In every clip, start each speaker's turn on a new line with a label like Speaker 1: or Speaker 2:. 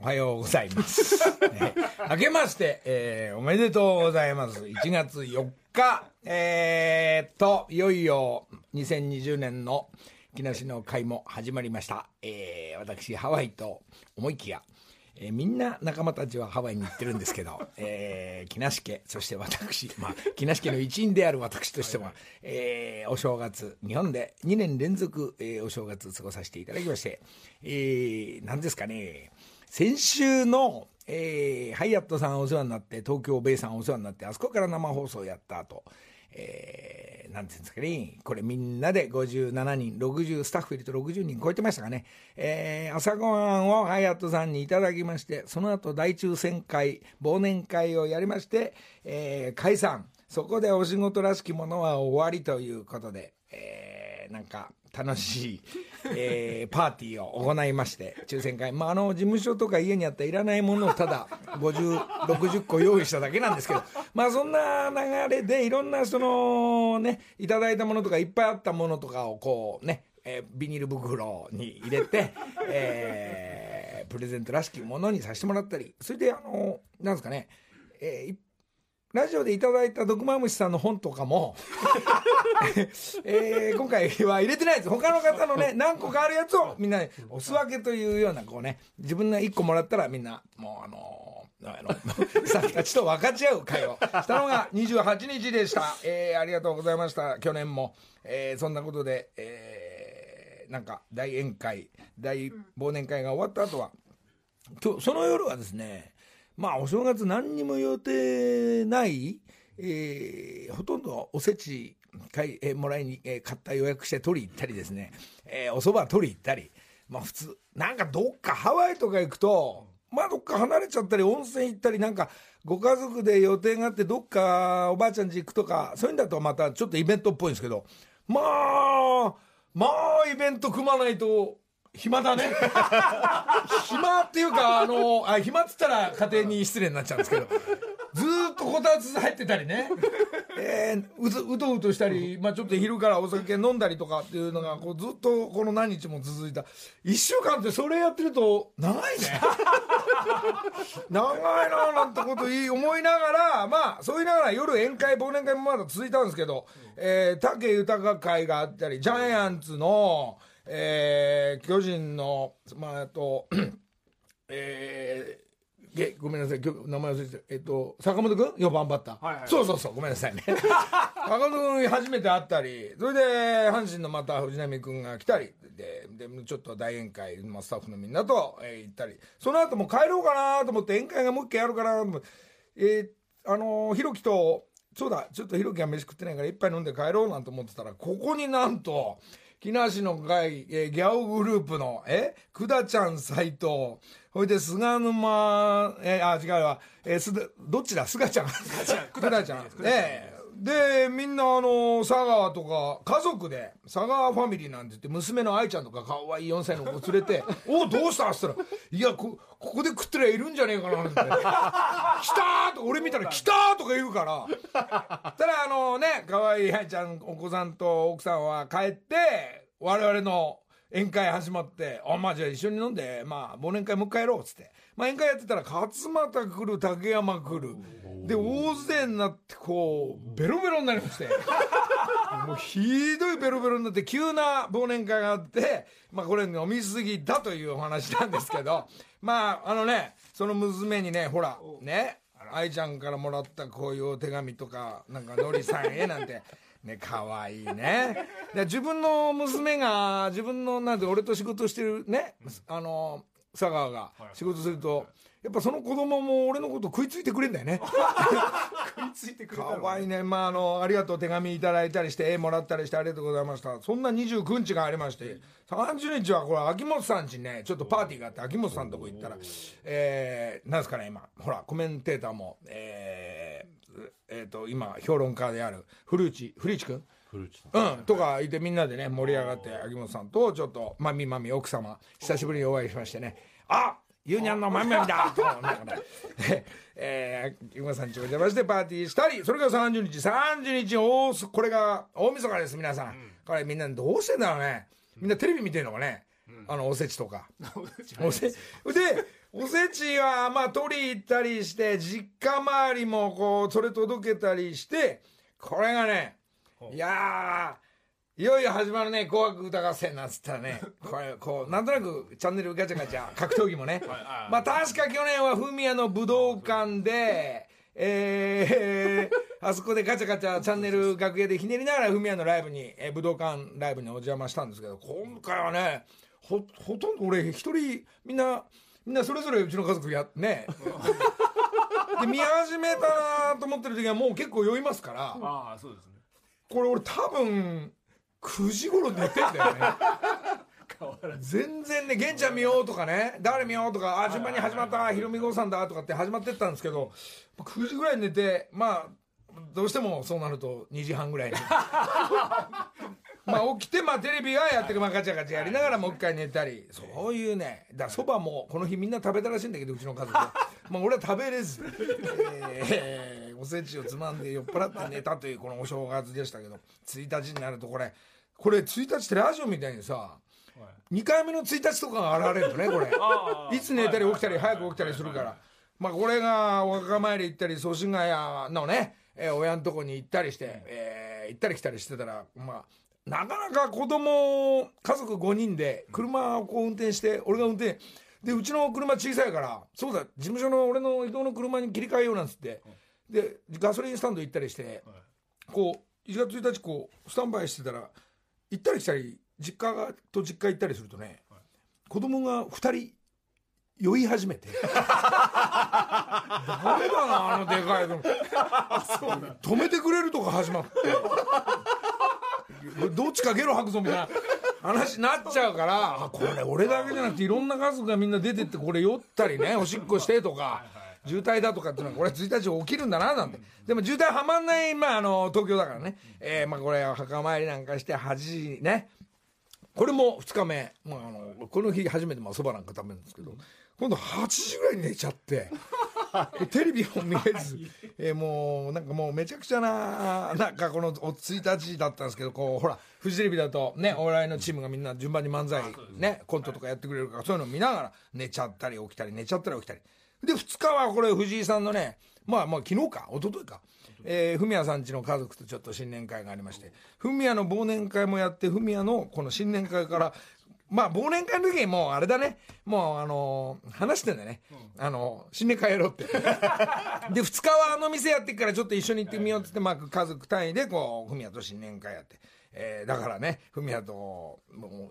Speaker 1: はようございます。ね明けまして、えーおめでとうございます。1月4日、えーっと、いよいよ2020年の木梨の会も始まりました。えー私、ハワイと思いきや、えーみんな仲間たちはハワイに行ってるんですけど、 えー木梨家、そして私、まあ、木梨家の一員である私としては、えーお正月、日本で2年連続、えーお正月過ごさせていただきまして、えー、何ですかね、先週の、えーハイアットさんお世話になって、東京ベイさんお世話になって、あそこから生放送やった後、えーなんていうんですかね、これみんなで57人、60、スタッフ入れると60人超えてましたかね、えー朝ごはんをハイアットさんにいただきまして、その後大抽選会、忘年会をやりまして、えー解散。そこでお仕事らしきものは終わりということで、えーなんか楽しい、えーパーティーを行いまして抽選会、まあ、あの事務所とか家にあったいらないものをただ5060個用意しただけなんですけど、まあ、そんな流れでいろんなそのねいただいたものとかいっぱいあったものとかをこうね、えービニール袋に入れて、えープレゼントらしきものにさせてもらったりそれであのなんですかね、えーいラジオでいただいた毒マムシさんの本とかも、 えー今回は入れてないです。他の方のね、何個かあるやつをみんなでおす分けというような、こうね、自分が1個もらったらみんな、もうあのーあの、スタッフたちと分かち合う会をしたのが28日でした。えーありがとうございました。去年も。えーそんなことで、えーなんか、大宴会、大忘年会が終わった後は、今日その夜はですねまあお正月何にも予定ない、えーほとんどおせち買い、えーもらいに、えー買った予約して取り行ったりですね、えーおそば取り行ったりまあ普通なんかどっかハワイとか行くとまあどっか離れちゃったり温泉行ったりなんかご家族で予定があってどっかおばあちゃん家行くとかそういうんだとまたちょっとイベントっぽいんですけどまあまあイベント組まないと暇だね。暇っていうか、あの、あ、暇っつったら家庭に失礼になっちゃうんですけど、ずーっとこたつ入ってたりね、えーうずうとうとしたり、まあちょっと昼からお酒飲んだりとかっていうのが、こうずっとこの何日も続いた。一週間ってそれやってると、長いね。長いなあなんてこといい思いながらまあそう言いながら夜宴会忘年会もまだ続いたんですけど、えー、武豊会があったりジャイアンツの、えー巨人のまああとえーげごめんなさい、今日名前忘れてたえっと、坂本君 ?4 番バッター、
Speaker 2: はいはい
Speaker 1: そうそうそう、ごめんなさいね。坂本君初めて会ったり、それで、阪神のまた藤波君が来たり、で、で、ちょっと大宴会、まあ、スタッフのみんなと、えー行ったり、その後もう帰ろうかなと思って、宴会がもう一回やるかなと思って、えーあのー、ひろきと、そうだ、ちょっとひろきが飯食ってないから一杯飲んで帰ろうなんて思ってたら、ここになんと、木梨の会、えーギャオグループの、えくだちゃん斎藤、ほいで菅沼、えーあ、違うわ、えーすだどっちだ菅ちゃん。 くだちゃん。ええで、みんなあの、佐川とか、家族で、佐川ファミリーなんて言って、娘の愛ちゃんとか、可愛い4歳の子連れて、 おうどうしたっつったら、いや、こ、ここで食ってりゃいるんじゃねえかな、って。来たーとか、俺見たら、来たーとか言うから、ただあのね、可愛い愛ちゃん、お子さんと奥さんは帰って、我々の宴会始まって、あ、まあじゃあ一緒に飲んで、まあ忘年会もう一回やろうっつって。まあ宴会やってたら、勝俣来る、竹山来る。で、大勢になって、こう、ベロベロになりまして。もうひどいベロベロになって急な忘年会があって、まあこれ飲みすぎだというお話なんですけど、 まああのね、その娘にね、ほら、ね、愛ちゃんからもらったこういうお手紙とか、なんかのりさんへなんて、 ね、可愛いね。で自分の娘が、自分の、なんて、俺と仕事してるね、あの、佐川が仕事すると、やっぱその子供も俺のこと食いついてくれんだよね。
Speaker 2: 食いついてくれた
Speaker 1: かわいいね、まあ、あのありがとう手紙いただいたりして絵もらったりしてありがとうございましたそんな29日がありまして30日はこれ秋元さんちねちょっとパーティーがあって秋元さんのとこ行ったらえー、なんですかね今ほらコメンテーターもえーえーと今評論家である古内古市君うん、とかいてみんなでね盛り上がって秋元さんとちょっとまみまみ奥様久しぶりにお会いしましてねあゆうにゃんのまみまみ だとなんかねえー秋元さんちお邪魔してパーティーしたりそれが30日30日大すこれが大晦日です皆さん、これみんなどうして んだろうねみんなテレビ見てるのかね、あのおせちとか。おせでおせちは、まあ、取り行ったりして、実家周りも、こう、それ届けたりして、これがね、いやー、いよいよ始まるね、紅白歌合戦なんつったらね、これ、こう、なんとなくチャンネルガチャガチャ、格闘技もね、まあ、確か去年はフミヤの武道館で、えー、あそこでガチャガチャチャンネル楽屋でひねりながらフミヤのライブに、えー武道館ライブにお邪魔したんですけど、今回はね、ほ、ほとんど俺一人、みんな、みんなそれぞれうちの家族やってね、で見始めたなと思ってる時はもう結構酔いますから、
Speaker 2: ああそうですね
Speaker 1: これ俺多分9時頃寝てんだよね
Speaker 2: 変わらず
Speaker 1: 全然ね「玄ちゃん見よう」とかね「誰見よう」とか「あ順番に始まったひろみ郷さんだ」とかって始まってったんですけど9時ぐらいに寝てまあどうしてもそうなると2時半ぐらいにまあ起きてまあテレビはやってるまあガチャガチャやりながらもう一回寝たりそういうねだからそばもこの日みんな食べたらしいんだけどうちの家族はまあ俺は食べれず、えーおせちをつまんで酔っ払って寝たというこのお正月でしたけど1日になるとこれこれ1日ってラジオみたいにさ2回目の1日とかが現れるのねこれ
Speaker 2: ああ
Speaker 1: いつ寝たり起きたり早く起きたりするから。まあこれがお墓参り行ったり、祖師ヶ谷のね、えー親のとこに行ったりして、えー行ったり来たりしてたら、まあ、なかなか子供を、家族5人で車をこう運転して、俺が運転、で、うちの車小さいから、そうだ、事務所の俺の移動の車に切り替えようなんつって、で、ガソリンスタンド行ったりして、こう、1月1日こう、スタンバイしてたら、行ったり来たり、実家がと実家行ったりするとね、子供が2人酔い始めてダメだなあのでかいの止めてくれるとか始まってどっちかゲロ吐くぞみたいな話になっちゃうからあこれ俺だけじゃなくていろんな家族がみんな出てってこれ酔ったりねおしっこしてとか渋滞だとかっていうのはこれ1日起きるんだななんてでも渋滞はまんない、まあ、あの東京だからね、えーまあ、これ墓参りなんかして8時ねこれも2日目、まあ、あのこの日初めてまあそばなんか食べるんですけど、今度8時ぐらいに寝ちゃって。テレビも見えず、えーもうなんかもうめちゃくちゃななんかこのお1日だったんですけどこうほらフジテレビだとねお笑いのチームがみんな順番に漫才ねコントとかやってくれるからそういうの見ながら寝ちゃったり起きたり寝ちゃったり起きたりで2日はこれ藤井さんのねまあまあ昨日か一昨日かえーフミヤさんちの家族とちょっと新年会がありましてフミヤの忘年会もやってフミヤのこの新年会からまあ忘年会の時にもうあれだねもうあのー話してんだよね、あのー新年会やろ うってで2日はあの店やってっからちょっと一緒に行ってみようっつって、まあ、家族単位でこうフミヤと新年会やって。えーだからね、フミヤとも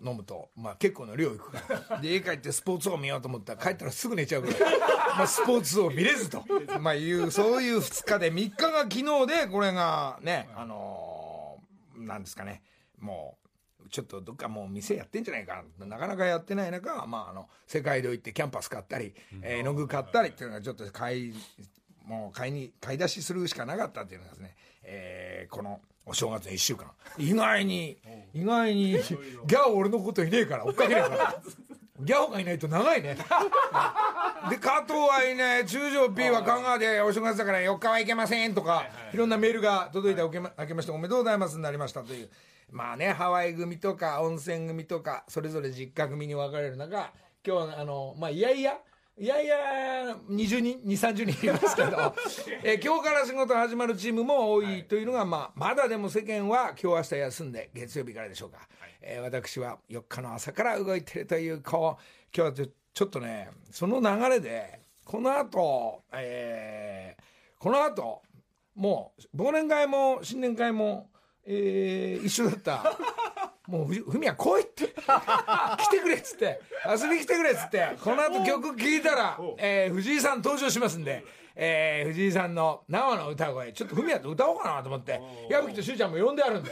Speaker 1: う飲むと、まあ結構の量いく から。で、家帰ってスポーツを見ようと思ったら帰ったらすぐ寝ちゃうから。まあスポーツを見れずと。まあいう、そういう2日で、3日が昨日で、これがね、あのーなんですかね、もう、ちょっとどっかもう店やってんじゃないかな。なかなかやってない中、まああの、世界で行ってキャンパス買ったり、えー絵の具買ったりっていうのがちょっと買い、もう買いに、買い出しするしかなかったっていうのがですね、えーこのお正月の1週間。意外に、意外に、ギャオ俺のこといねえから、追っかけねえから。ギャオがいないと長いね。で、加藤はいね、中条 P は香川でお正月だから4日はいけませんとか、いろんなメールが届いて、おけま、明けましておめでとうございますになりましたという。まあね、ハワイ組とか温泉組とか、それぞれ実家組に分かれる中、今日はあの、まあ、いやいや、いやいや、20人、2、30人いますけ ど、えー今日から仕事始まるチームも多いというのが、まあ、まだでも世間は今日明日休んで、月曜日からでしょうか。えー私は4日の朝から動いてるという、こう、今日はちょちょっとね、その流れで、この後、えーこの後、もう、忘年会も新年会も、えー一緒だった。 もうふじ、ふみや来いって。 来てくれっつって。遊びに来てくれっつって。この後曲聴いたら、えー藤井さん登場しますんで、えー藤井さんの生の歌声、ちょっとふみやと歌おうかなと思って、矢吹としゅうちゃんも呼んであるんで、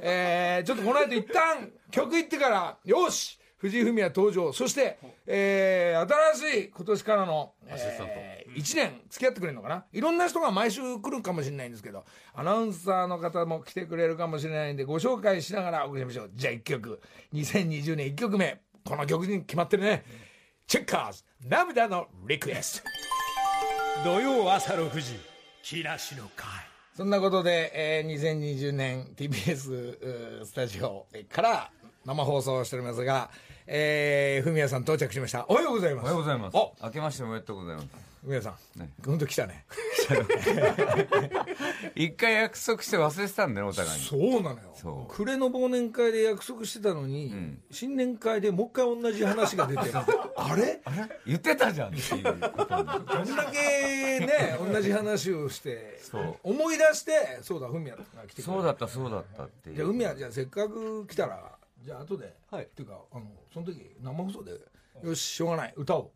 Speaker 1: えーちょっとこの後一旦曲行ってから、よし藤井フミヤ登場。そして、えー新しい今年からの、えー1年付き合ってくれるのかないろんな人が毎週来るかもしれないんですけど、アナウンサーの方も来てくれるかもしれないんで、ご紹介しながらお送りしましょう。じゃあ1曲。2020年1曲目。この曲に決まってるね。チェッカーズ、涙のリクエスト。
Speaker 3: 土曜朝6時木梨の会
Speaker 1: そんなことで、えー2020年 TBS うースタジオから、生放送をしておりますが、えー、フミヤさん到着しました。おはようございます。
Speaker 4: おはようございます
Speaker 1: お、
Speaker 4: 明けましておめでとうございます
Speaker 1: フミヤさん、
Speaker 4: ね
Speaker 1: 本当来た ね。
Speaker 4: 一回約束して忘れてたんだよねお互いに
Speaker 1: そうなのよ
Speaker 4: そう
Speaker 1: 暮れの忘年会で約束してたのに、新年会でもう一回同じ話が出てあれ
Speaker 4: あれ言ってたじゃんっていうことに
Speaker 1: どんだけね同じ話をして
Speaker 4: そう
Speaker 1: 思い出してそうだフミヤが来てくれた
Speaker 4: そうだったそうだったって
Speaker 1: じ
Speaker 4: い
Speaker 1: ゃあ海
Speaker 4: う
Speaker 1: はじゃあせっかく来たらじゃあ後で、っていうかあのその時生放送でよししょうがない歌おう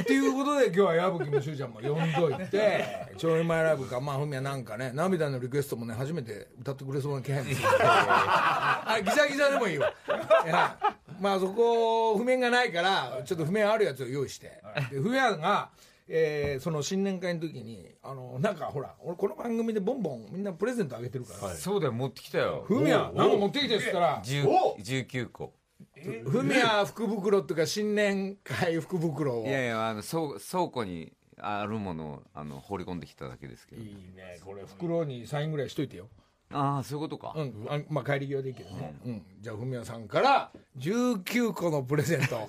Speaker 1: っていうことで今日は矢吹もしゅうちゃんも呼んどい て「ちょい前ライブか」まあふみはなんかね涙のリクエストもね初めて歌ってくれそうな気配も するあギザギザでもいいわいやまあそこ譜面がないからちょっと譜面あるやつを用意してで譜面がえーその新年会の時にあのなんかほら俺この番組でボンボンみんなプレゼントあげてるから、
Speaker 4: そうだよ持ってきたよ
Speaker 1: ふみや、なんか持ってきてっつったら、
Speaker 4: 10 19個
Speaker 1: ふみや福袋っていうか、新年会福袋を
Speaker 4: い。やいやあの倉倉庫にあるものをあの放り込んできただけですけど
Speaker 1: いいね、これ、袋にサインぐらいしといてよ。
Speaker 4: ああそういうことか、
Speaker 1: うん、あまあ、帰り際でいいけどね。うん。じゃあ、ふみやさんから、19個のプレゼン ト。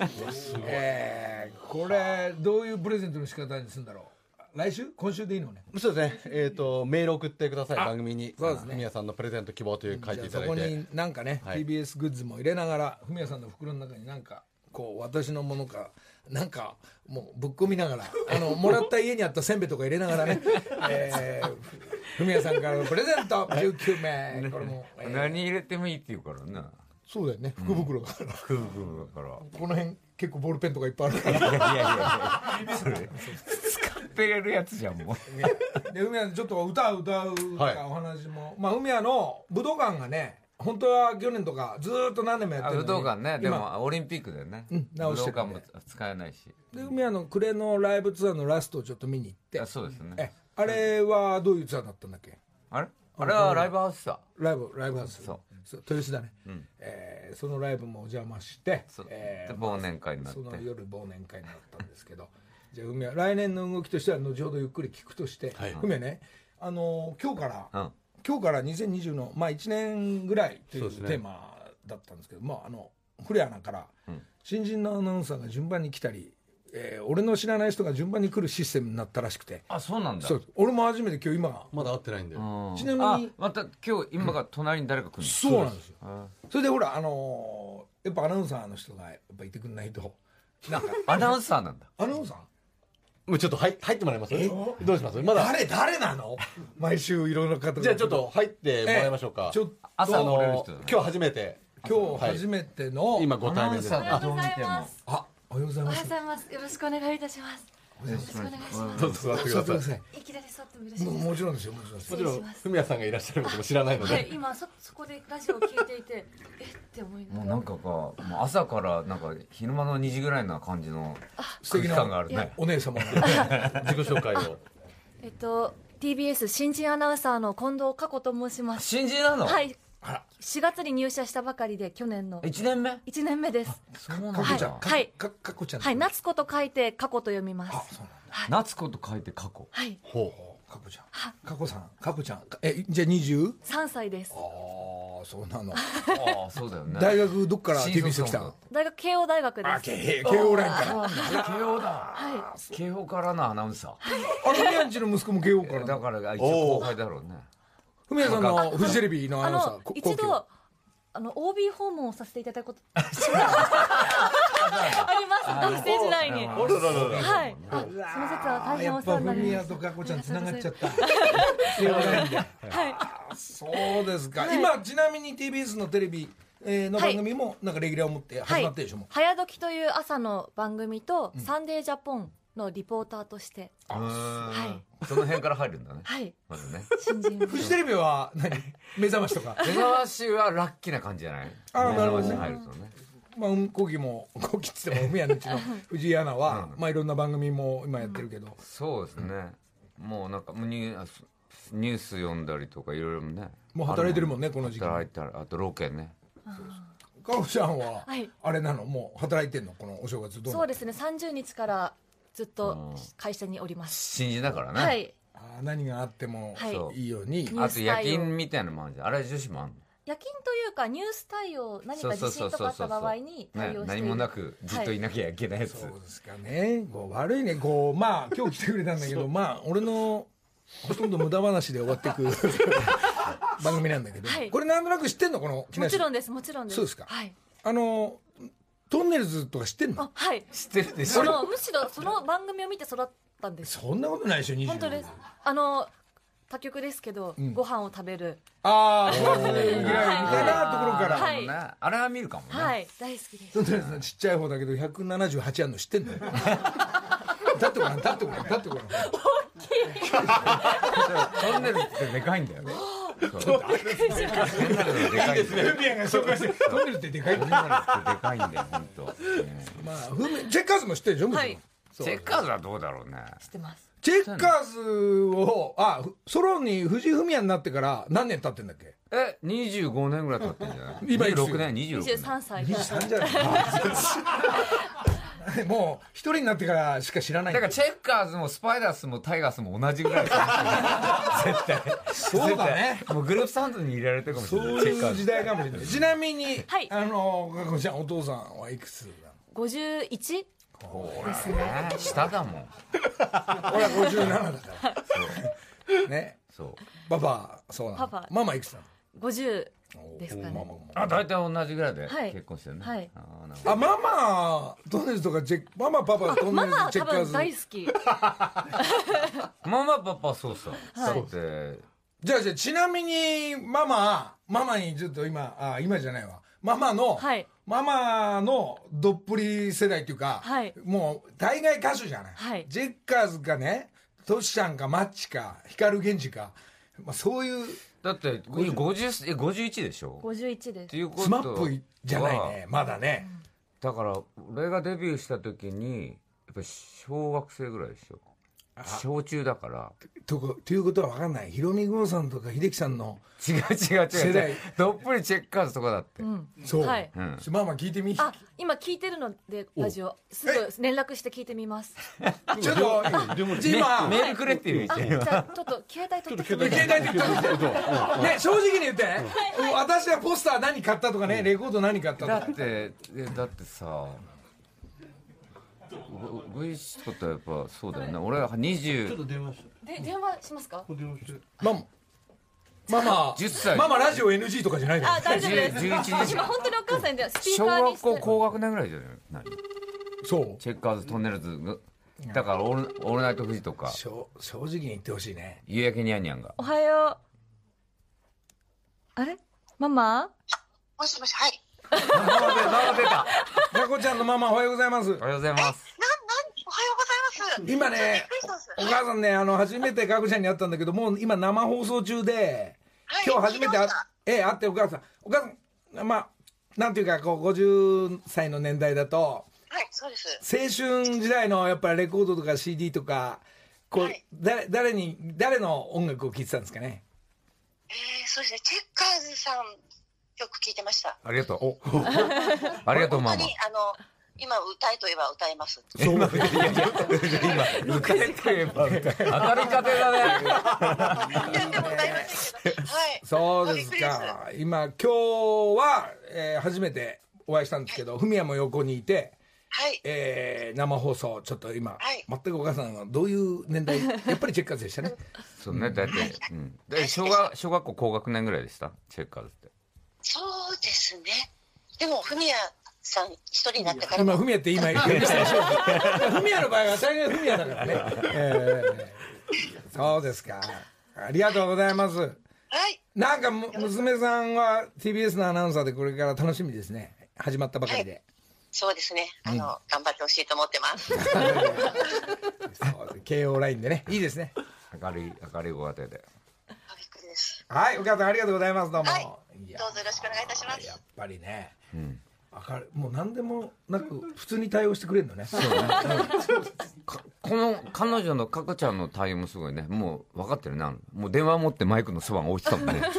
Speaker 1: えーこれ、どういうプレゼントの仕方にするんだろう。来週今週でいいのね。
Speaker 5: そうですね。えっ、と、メール送ってください。番組に。
Speaker 1: そうですね
Speaker 5: 皆さんのプレゼント希望という書い
Speaker 1: じゃ
Speaker 5: て
Speaker 1: あ
Speaker 5: いた
Speaker 1: そ
Speaker 5: だ
Speaker 1: こ
Speaker 5: いて。
Speaker 1: になんかね、
Speaker 5: はい
Speaker 1: TBS グッズも入れながらフミヤさんの袋の中になんかこう私のものかなんかもうぶっ込みながらあのもらった家にあったせんべいとか入れながらね、えーふみやさんからのプレゼント19名これも、えー
Speaker 4: 何入れてもいいって言うからな
Speaker 1: そうだよね福袋だから、
Speaker 4: 空腹だから
Speaker 1: この辺結構ボールペンとかいっぱいあるから
Speaker 4: いやいやいやそれ使ってれるやつじゃんもう
Speaker 1: で海はちょっと歌を歌うと
Speaker 5: はい
Speaker 1: かお話も、まあ海はの武道館がね本当は去年とかずーっと何年もやってるのに
Speaker 4: 武道館ねで
Speaker 1: 今
Speaker 4: もオリンピックだよね、
Speaker 1: うん直
Speaker 4: 武
Speaker 1: して
Speaker 4: 道
Speaker 1: る
Speaker 4: 館
Speaker 1: んで
Speaker 4: も使えないし
Speaker 1: で海はの暮れのライブツアーのラストをちょっと見に行って
Speaker 4: あそうです
Speaker 1: え
Speaker 4: ね
Speaker 1: あれはどういうツアーだったんだっけ
Speaker 4: あれあれはライブハウスだ
Speaker 1: ライブライブハウス
Speaker 4: そう
Speaker 1: そう豊洲だね、えーそのライブもお邪魔して
Speaker 4: そう、
Speaker 1: え
Speaker 4: で
Speaker 1: ー
Speaker 4: 忘年会になって
Speaker 1: その夜忘年会になったんですけどじゃあ海は来年の動きとしては後ほどゆっくり聞くとして、海はねあのー今日から、
Speaker 4: うん
Speaker 1: 今日から2020の、まあ、1年ぐらいという
Speaker 5: そうですね
Speaker 1: テーマだったんですけど、まあ、あの古谷アナから、新人のアナウンサーが順番に来たり、えー俺の知らない人が順番に来るシステムになったらしくて
Speaker 4: あそうなんだ
Speaker 1: そう俺も初めて今日今
Speaker 5: まだ会ってないんで。
Speaker 4: うん
Speaker 1: ちなみに
Speaker 4: あまた今日今が隣に誰か来るの
Speaker 1: そうなんですよ
Speaker 4: あ
Speaker 1: それでほらあのーやっぱアナウンサーの人がやっぱいてくんないとなんか
Speaker 4: アナウンサーなんだ
Speaker 1: アナウンサー
Speaker 5: もうちょっと入入ってもらいますどうしますまだ。
Speaker 1: 誰誰なの毎週いろんな方が
Speaker 5: じゃあちょっと入ってもらいましょうか。
Speaker 1: ちょっと
Speaker 4: 朝
Speaker 5: あ
Speaker 4: 来れる
Speaker 5: の
Speaker 4: 人だね
Speaker 5: 今日初めて。
Speaker 1: 今日
Speaker 5: はい
Speaker 1: 初めての、
Speaker 5: 今ご対面です。
Speaker 4: アナウンサーだ
Speaker 5: あ
Speaker 4: どう見ても
Speaker 1: あおはようござい
Speaker 6: お
Speaker 1: ま
Speaker 6: はよう
Speaker 1: す
Speaker 6: ございます。よろしくお願いいたします。よろしくお願いします
Speaker 5: ど。うぞ座ってく
Speaker 1: 座
Speaker 5: だ
Speaker 1: ってくだ
Speaker 5: さ
Speaker 1: さい
Speaker 6: いきなり座ってもよろしい
Speaker 1: も
Speaker 6: です
Speaker 1: もちろんですよもちろんです
Speaker 5: い。もちろん、ふみやさんがいらっしゃることも知らないの
Speaker 6: か。はい
Speaker 5: で。、
Speaker 6: 今そそこでラジオを聞いてい て、えって思いな
Speaker 4: もう
Speaker 6: が
Speaker 4: な
Speaker 6: ら
Speaker 4: ん。かかもう朝からなんか昼間の2時ぐらいな感じの空気感があるね
Speaker 1: お姉様も
Speaker 5: 自己紹介を。
Speaker 6: えっと TBS 新人アナウンサーの近藤佳子と申します。
Speaker 4: 新人なの、
Speaker 6: はい。4月に入社したばかりで去年の
Speaker 4: 1年目
Speaker 6: 1年目です。
Speaker 4: そうなんだ、
Speaker 6: はい。はい。
Speaker 1: かかっこちゃん
Speaker 6: はい。夏子と書いて佳子と読みます。
Speaker 4: 夏子と書いて過去
Speaker 6: はい。
Speaker 5: ほ
Speaker 1: かっこちゃんかっこさんかっこちゃんえじゃあ 20?
Speaker 6: 3歳です。
Speaker 1: ああそうなの
Speaker 4: ああそうだよね
Speaker 1: 大学どっから
Speaker 4: 新卒
Speaker 1: TBS 来た
Speaker 4: なの
Speaker 1: の
Speaker 6: 大学慶応大学です。
Speaker 1: 慶応連から
Speaker 4: あ慶応だ
Speaker 6: は
Speaker 4: 慶応からのアナウンサ
Speaker 1: あれ宮んちの息子も慶応か
Speaker 4: ー
Speaker 1: ら
Speaker 4: だから一応後輩だろうね
Speaker 1: ふみやさんのフジテレビのア
Speaker 6: あ
Speaker 1: ナウンサー
Speaker 6: の
Speaker 1: こ
Speaker 6: 一
Speaker 1: 皇居
Speaker 6: 度あの OB 訪問をさせていただくことあります学生時代
Speaker 5: う。
Speaker 6: に
Speaker 5: ららら
Speaker 6: はいあその説は大変
Speaker 1: や
Speaker 6: お
Speaker 1: っ
Speaker 6: 世話
Speaker 1: ぱ
Speaker 6: にな
Speaker 1: ふみ
Speaker 6: りま
Speaker 1: や
Speaker 6: し
Speaker 1: とかこちゃんつながっちゃった慶応ラインで
Speaker 6: た はい
Speaker 1: そうですか、
Speaker 6: はい
Speaker 1: 今ちなみに TBS のテレビえーの番組もなんかレギュラーを持って
Speaker 6: は
Speaker 1: 始ま
Speaker 6: い
Speaker 1: ってるでしょもう
Speaker 6: 早時という朝の番組とサンデージャポンのリポーターとしてはい
Speaker 4: その辺から入るんだね
Speaker 6: はい
Speaker 4: まずね
Speaker 6: 新人
Speaker 1: フジテレビは何目覚ましとか
Speaker 4: 目覚ましはラッキーな感じじゃない
Speaker 1: あー
Speaker 4: 目
Speaker 1: なる
Speaker 4: 覚
Speaker 1: ほど
Speaker 4: まし
Speaker 1: ね
Speaker 4: 入るとね
Speaker 1: まあ、うんこぎも、こぎっつっても、宮のうちの 藤井アナは、まあ、いろんな番組も今やってるけど、
Speaker 4: そうですねもうなんかもうニュースニュース読んだりとかいろいろね
Speaker 1: もう働いてるもんねこの時期
Speaker 4: 働いたらあとロケね
Speaker 1: かおちゃんは、
Speaker 6: はい
Speaker 1: あれなの、もう働いてんの、このお正月どうなの
Speaker 6: そうですね30日からずっと会社におります
Speaker 4: 新人だからね
Speaker 6: はい
Speaker 1: あー何があっても
Speaker 6: はい
Speaker 1: いように、
Speaker 6: ニュー
Speaker 4: あ
Speaker 6: ス
Speaker 4: と
Speaker 6: 対応
Speaker 4: 夜勤みたいなのもあるじゃんあれ女子もあんの
Speaker 6: 夜勤というかニュース対応何か地震とかあった場合に
Speaker 4: ね
Speaker 6: 対応して
Speaker 4: 何
Speaker 6: いる
Speaker 4: もなくじっといなきゃいけないやつ、
Speaker 1: そうですかね。こう悪いね。こう、まあ、今日来てくれたんだけど、まあ、俺の、ほとんど無駄話で終わっていく 番組なんだけど、
Speaker 6: はい
Speaker 1: これなんとなく知ってんのこの、木
Speaker 6: も
Speaker 1: 梨
Speaker 6: ちろんですもちろんです
Speaker 1: そうですか
Speaker 6: はい
Speaker 1: あの、トンネルズとか知ってんの
Speaker 6: あはい
Speaker 4: 知ってるでし
Speaker 6: そ
Speaker 4: ょ
Speaker 6: のむしろその番組を見て育ったんです
Speaker 1: そんなことないでしょ、20
Speaker 6: 本当ですあの他局ですけど、ご飯を食べる
Speaker 1: ああ、そうですね。
Speaker 4: おー
Speaker 1: みたいなところから。
Speaker 6: はい
Speaker 4: なあれは見るかもね、
Speaker 6: はい大好きです
Speaker 1: トンネルズのちっちゃい方だけど、178あるの知ってん の立ってごらん、立ってごらん、立ってごらん。
Speaker 4: トンネルってでかいんだよねそう トンネルってでかいんだよ
Speaker 1: フミヤが紹介して、トンネルってでかい
Speaker 4: トンネルってでかいんだよ本当。ね
Speaker 1: まあ、フミチェッカーズも知ってるでしょもちろん
Speaker 6: はい
Speaker 1: そう
Speaker 4: チェッカーズはどうだろうね
Speaker 6: 知ってます
Speaker 1: チェッカーズを、あ、ふソロに藤井フミヤになってから何年経ってんだっけ
Speaker 4: え25年ぐらい経ってんじゃ ない
Speaker 1: 今いくつ
Speaker 4: 26年26年
Speaker 6: 23歳が
Speaker 1: ?3 じゃない もう、一人になってからしか知らないん
Speaker 4: だ
Speaker 1: だ
Speaker 4: からチェッカーズもスパイダースもタイガースも同じぐらいですよ絶対
Speaker 1: そうだね。
Speaker 4: もうグループサウンドに入れられてるかもし
Speaker 1: そ
Speaker 4: れないうチェッカ
Speaker 1: い
Speaker 4: ー
Speaker 1: う時
Speaker 4: ズ
Speaker 1: 代かもしれない。ちなみに、
Speaker 6: はい
Speaker 1: あの、かこちゃん、お父さんはいくつなの
Speaker 6: 51?
Speaker 4: ね下だもん
Speaker 1: 俺は57だから。ね。
Speaker 4: そう
Speaker 1: パパ、そうなの。
Speaker 6: パパ
Speaker 1: ママいくつなの
Speaker 6: 50ですかね
Speaker 1: おママも
Speaker 4: あ大体同じぐらいで
Speaker 6: はい
Speaker 4: 結婚してるね、
Speaker 6: はい
Speaker 4: あーなるほど
Speaker 1: あ、ママ、トンネルズとかチェック、ママ、パパ、トンネ
Speaker 6: マ
Speaker 1: ルズ
Speaker 6: マ、は
Speaker 1: チェ
Speaker 6: 多
Speaker 1: ッカー
Speaker 6: 分大
Speaker 1: ズ。
Speaker 6: 好き
Speaker 4: ママパパそうさ、
Speaker 6: はい
Speaker 4: だって
Speaker 1: じゃあ、じゃあちなみに、ママ、ママにちょっと今、あ、今じゃないわ。ママの、
Speaker 6: はい
Speaker 1: ママのどっぷり世代っていうか、
Speaker 6: はい
Speaker 1: もう、大概歌手じゃない。
Speaker 6: はい
Speaker 1: ジェッカーズかね、トシちゃんか、マッチか、光源氏か、まあ、そういう、
Speaker 4: だって50え51でしょっ
Speaker 6: 51です
Speaker 4: ていうことは
Speaker 1: スマップじゃないね、まだね。
Speaker 4: だから俺がデビューした時にやっぱり小学生ぐらいでしょ小中だから
Speaker 1: とこということは分かんない。ヒロミ郷さんとか、秀樹さんの、
Speaker 4: 違う違う
Speaker 1: 世
Speaker 4: 違う違
Speaker 1: 代
Speaker 4: うどっぷりチェッカーズとかだって、
Speaker 1: そう。
Speaker 6: はい
Speaker 4: うん
Speaker 1: ママ聞いてみ
Speaker 6: あ今聞いてるのでラジオすぐ連絡して聞いてみます
Speaker 1: ちょっと、今、
Speaker 4: メールくれって言う
Speaker 6: あじゃあちょっと携帯取ってきて
Speaker 1: 携帯で言ったんですね、正直に言って、私はポスター何買ったとかね、レコード何買ったと
Speaker 4: だ
Speaker 1: か
Speaker 4: っ。てえだってさごご一緒ってやっぱそうだよね俺は
Speaker 2: ちょっ
Speaker 4: 20
Speaker 2: と電話して。
Speaker 6: で電話しますか
Speaker 2: 電話して。
Speaker 1: ママ、ママ、
Speaker 4: 10歳
Speaker 1: ママラジオ NG とかじゃないから
Speaker 6: あ大丈夫です
Speaker 4: 11時
Speaker 6: 今本当にお母さんにでスピー
Speaker 4: 小
Speaker 6: カーに
Speaker 4: 学
Speaker 6: して
Speaker 4: 校高学年ぐらいじゃない
Speaker 1: そう。
Speaker 4: チェッカーズトンネルズがだからオール「オールナイトフジ」とか
Speaker 1: しょ正直に言ってほしいね
Speaker 4: 「夕焼けにゃんにゃん」が
Speaker 6: おはようあれママ
Speaker 7: もしもし、はい。
Speaker 1: まこちゃんのママおはようございます
Speaker 4: おはようございます
Speaker 7: なん、なん、おはようございます。
Speaker 1: 今ね
Speaker 7: びっくりしたんです
Speaker 1: お母さんねあの初めてかこちゃんに会ったんだけどもう今生放送中で
Speaker 7: はい
Speaker 1: 今日初めて
Speaker 7: 聞
Speaker 1: あ
Speaker 7: いてました
Speaker 1: ええ会ってお母さんお母さんまあなんていうかこう50歳の年代だと
Speaker 7: はい、そうです。
Speaker 1: 青春時代のやっぱレコードとか CD とかこう、
Speaker 7: はい
Speaker 1: 誰誰に誰の音楽を聴いてたんですかね
Speaker 7: えー、そうですね、チェッカーズさん、よく聞いてました。
Speaker 4: ありがとうありがとうママ
Speaker 7: 本当に、あの、今歌えといえば歌えます。
Speaker 4: 今歌えてば当たり方だね
Speaker 7: いや、でも歌いませんけど。はい。
Speaker 1: そうですか今今日は、えー初めてお会いしたんですけどフミヤも横にいて、
Speaker 7: はい。
Speaker 1: えー生放送ちょっと今、
Speaker 7: はい
Speaker 1: 全くお母さんはどういう年 代やっぱりチェッカーズでしたね
Speaker 4: そうねだって、うん、で小学小学校高学年ぐらいでしたチェッカーズって
Speaker 7: そうですね。でも、ふみやさん、一人になってから
Speaker 1: 今
Speaker 7: も。
Speaker 1: フミヤって今言ってましたでしょフ ミヤの場合は大概フミヤだからね、えーそうですかありがとうございます
Speaker 7: はい。
Speaker 1: なんかむ娘さんは TBS のアナウンサーでこれから楽しみですね始まったばかりで、
Speaker 7: そうですね。あの、頑張ってほしいと思ってます。
Speaker 1: そう慶応ラインでねいいですね
Speaker 4: 明るい明るいご家庭で
Speaker 7: あ びっくりです。
Speaker 1: はいお母さんありがとうございますどうも、
Speaker 7: はい
Speaker 1: いや
Speaker 7: どうぞよろしくお願いいたします
Speaker 1: や。っぱりね、明るいもう何でもなく普通に対応してくれるのね
Speaker 4: この彼女のかこちゃんの対応もすごいねもう分かってるなもう電話持ってマイクのそばに置いてたもん ね
Speaker 6: 合っ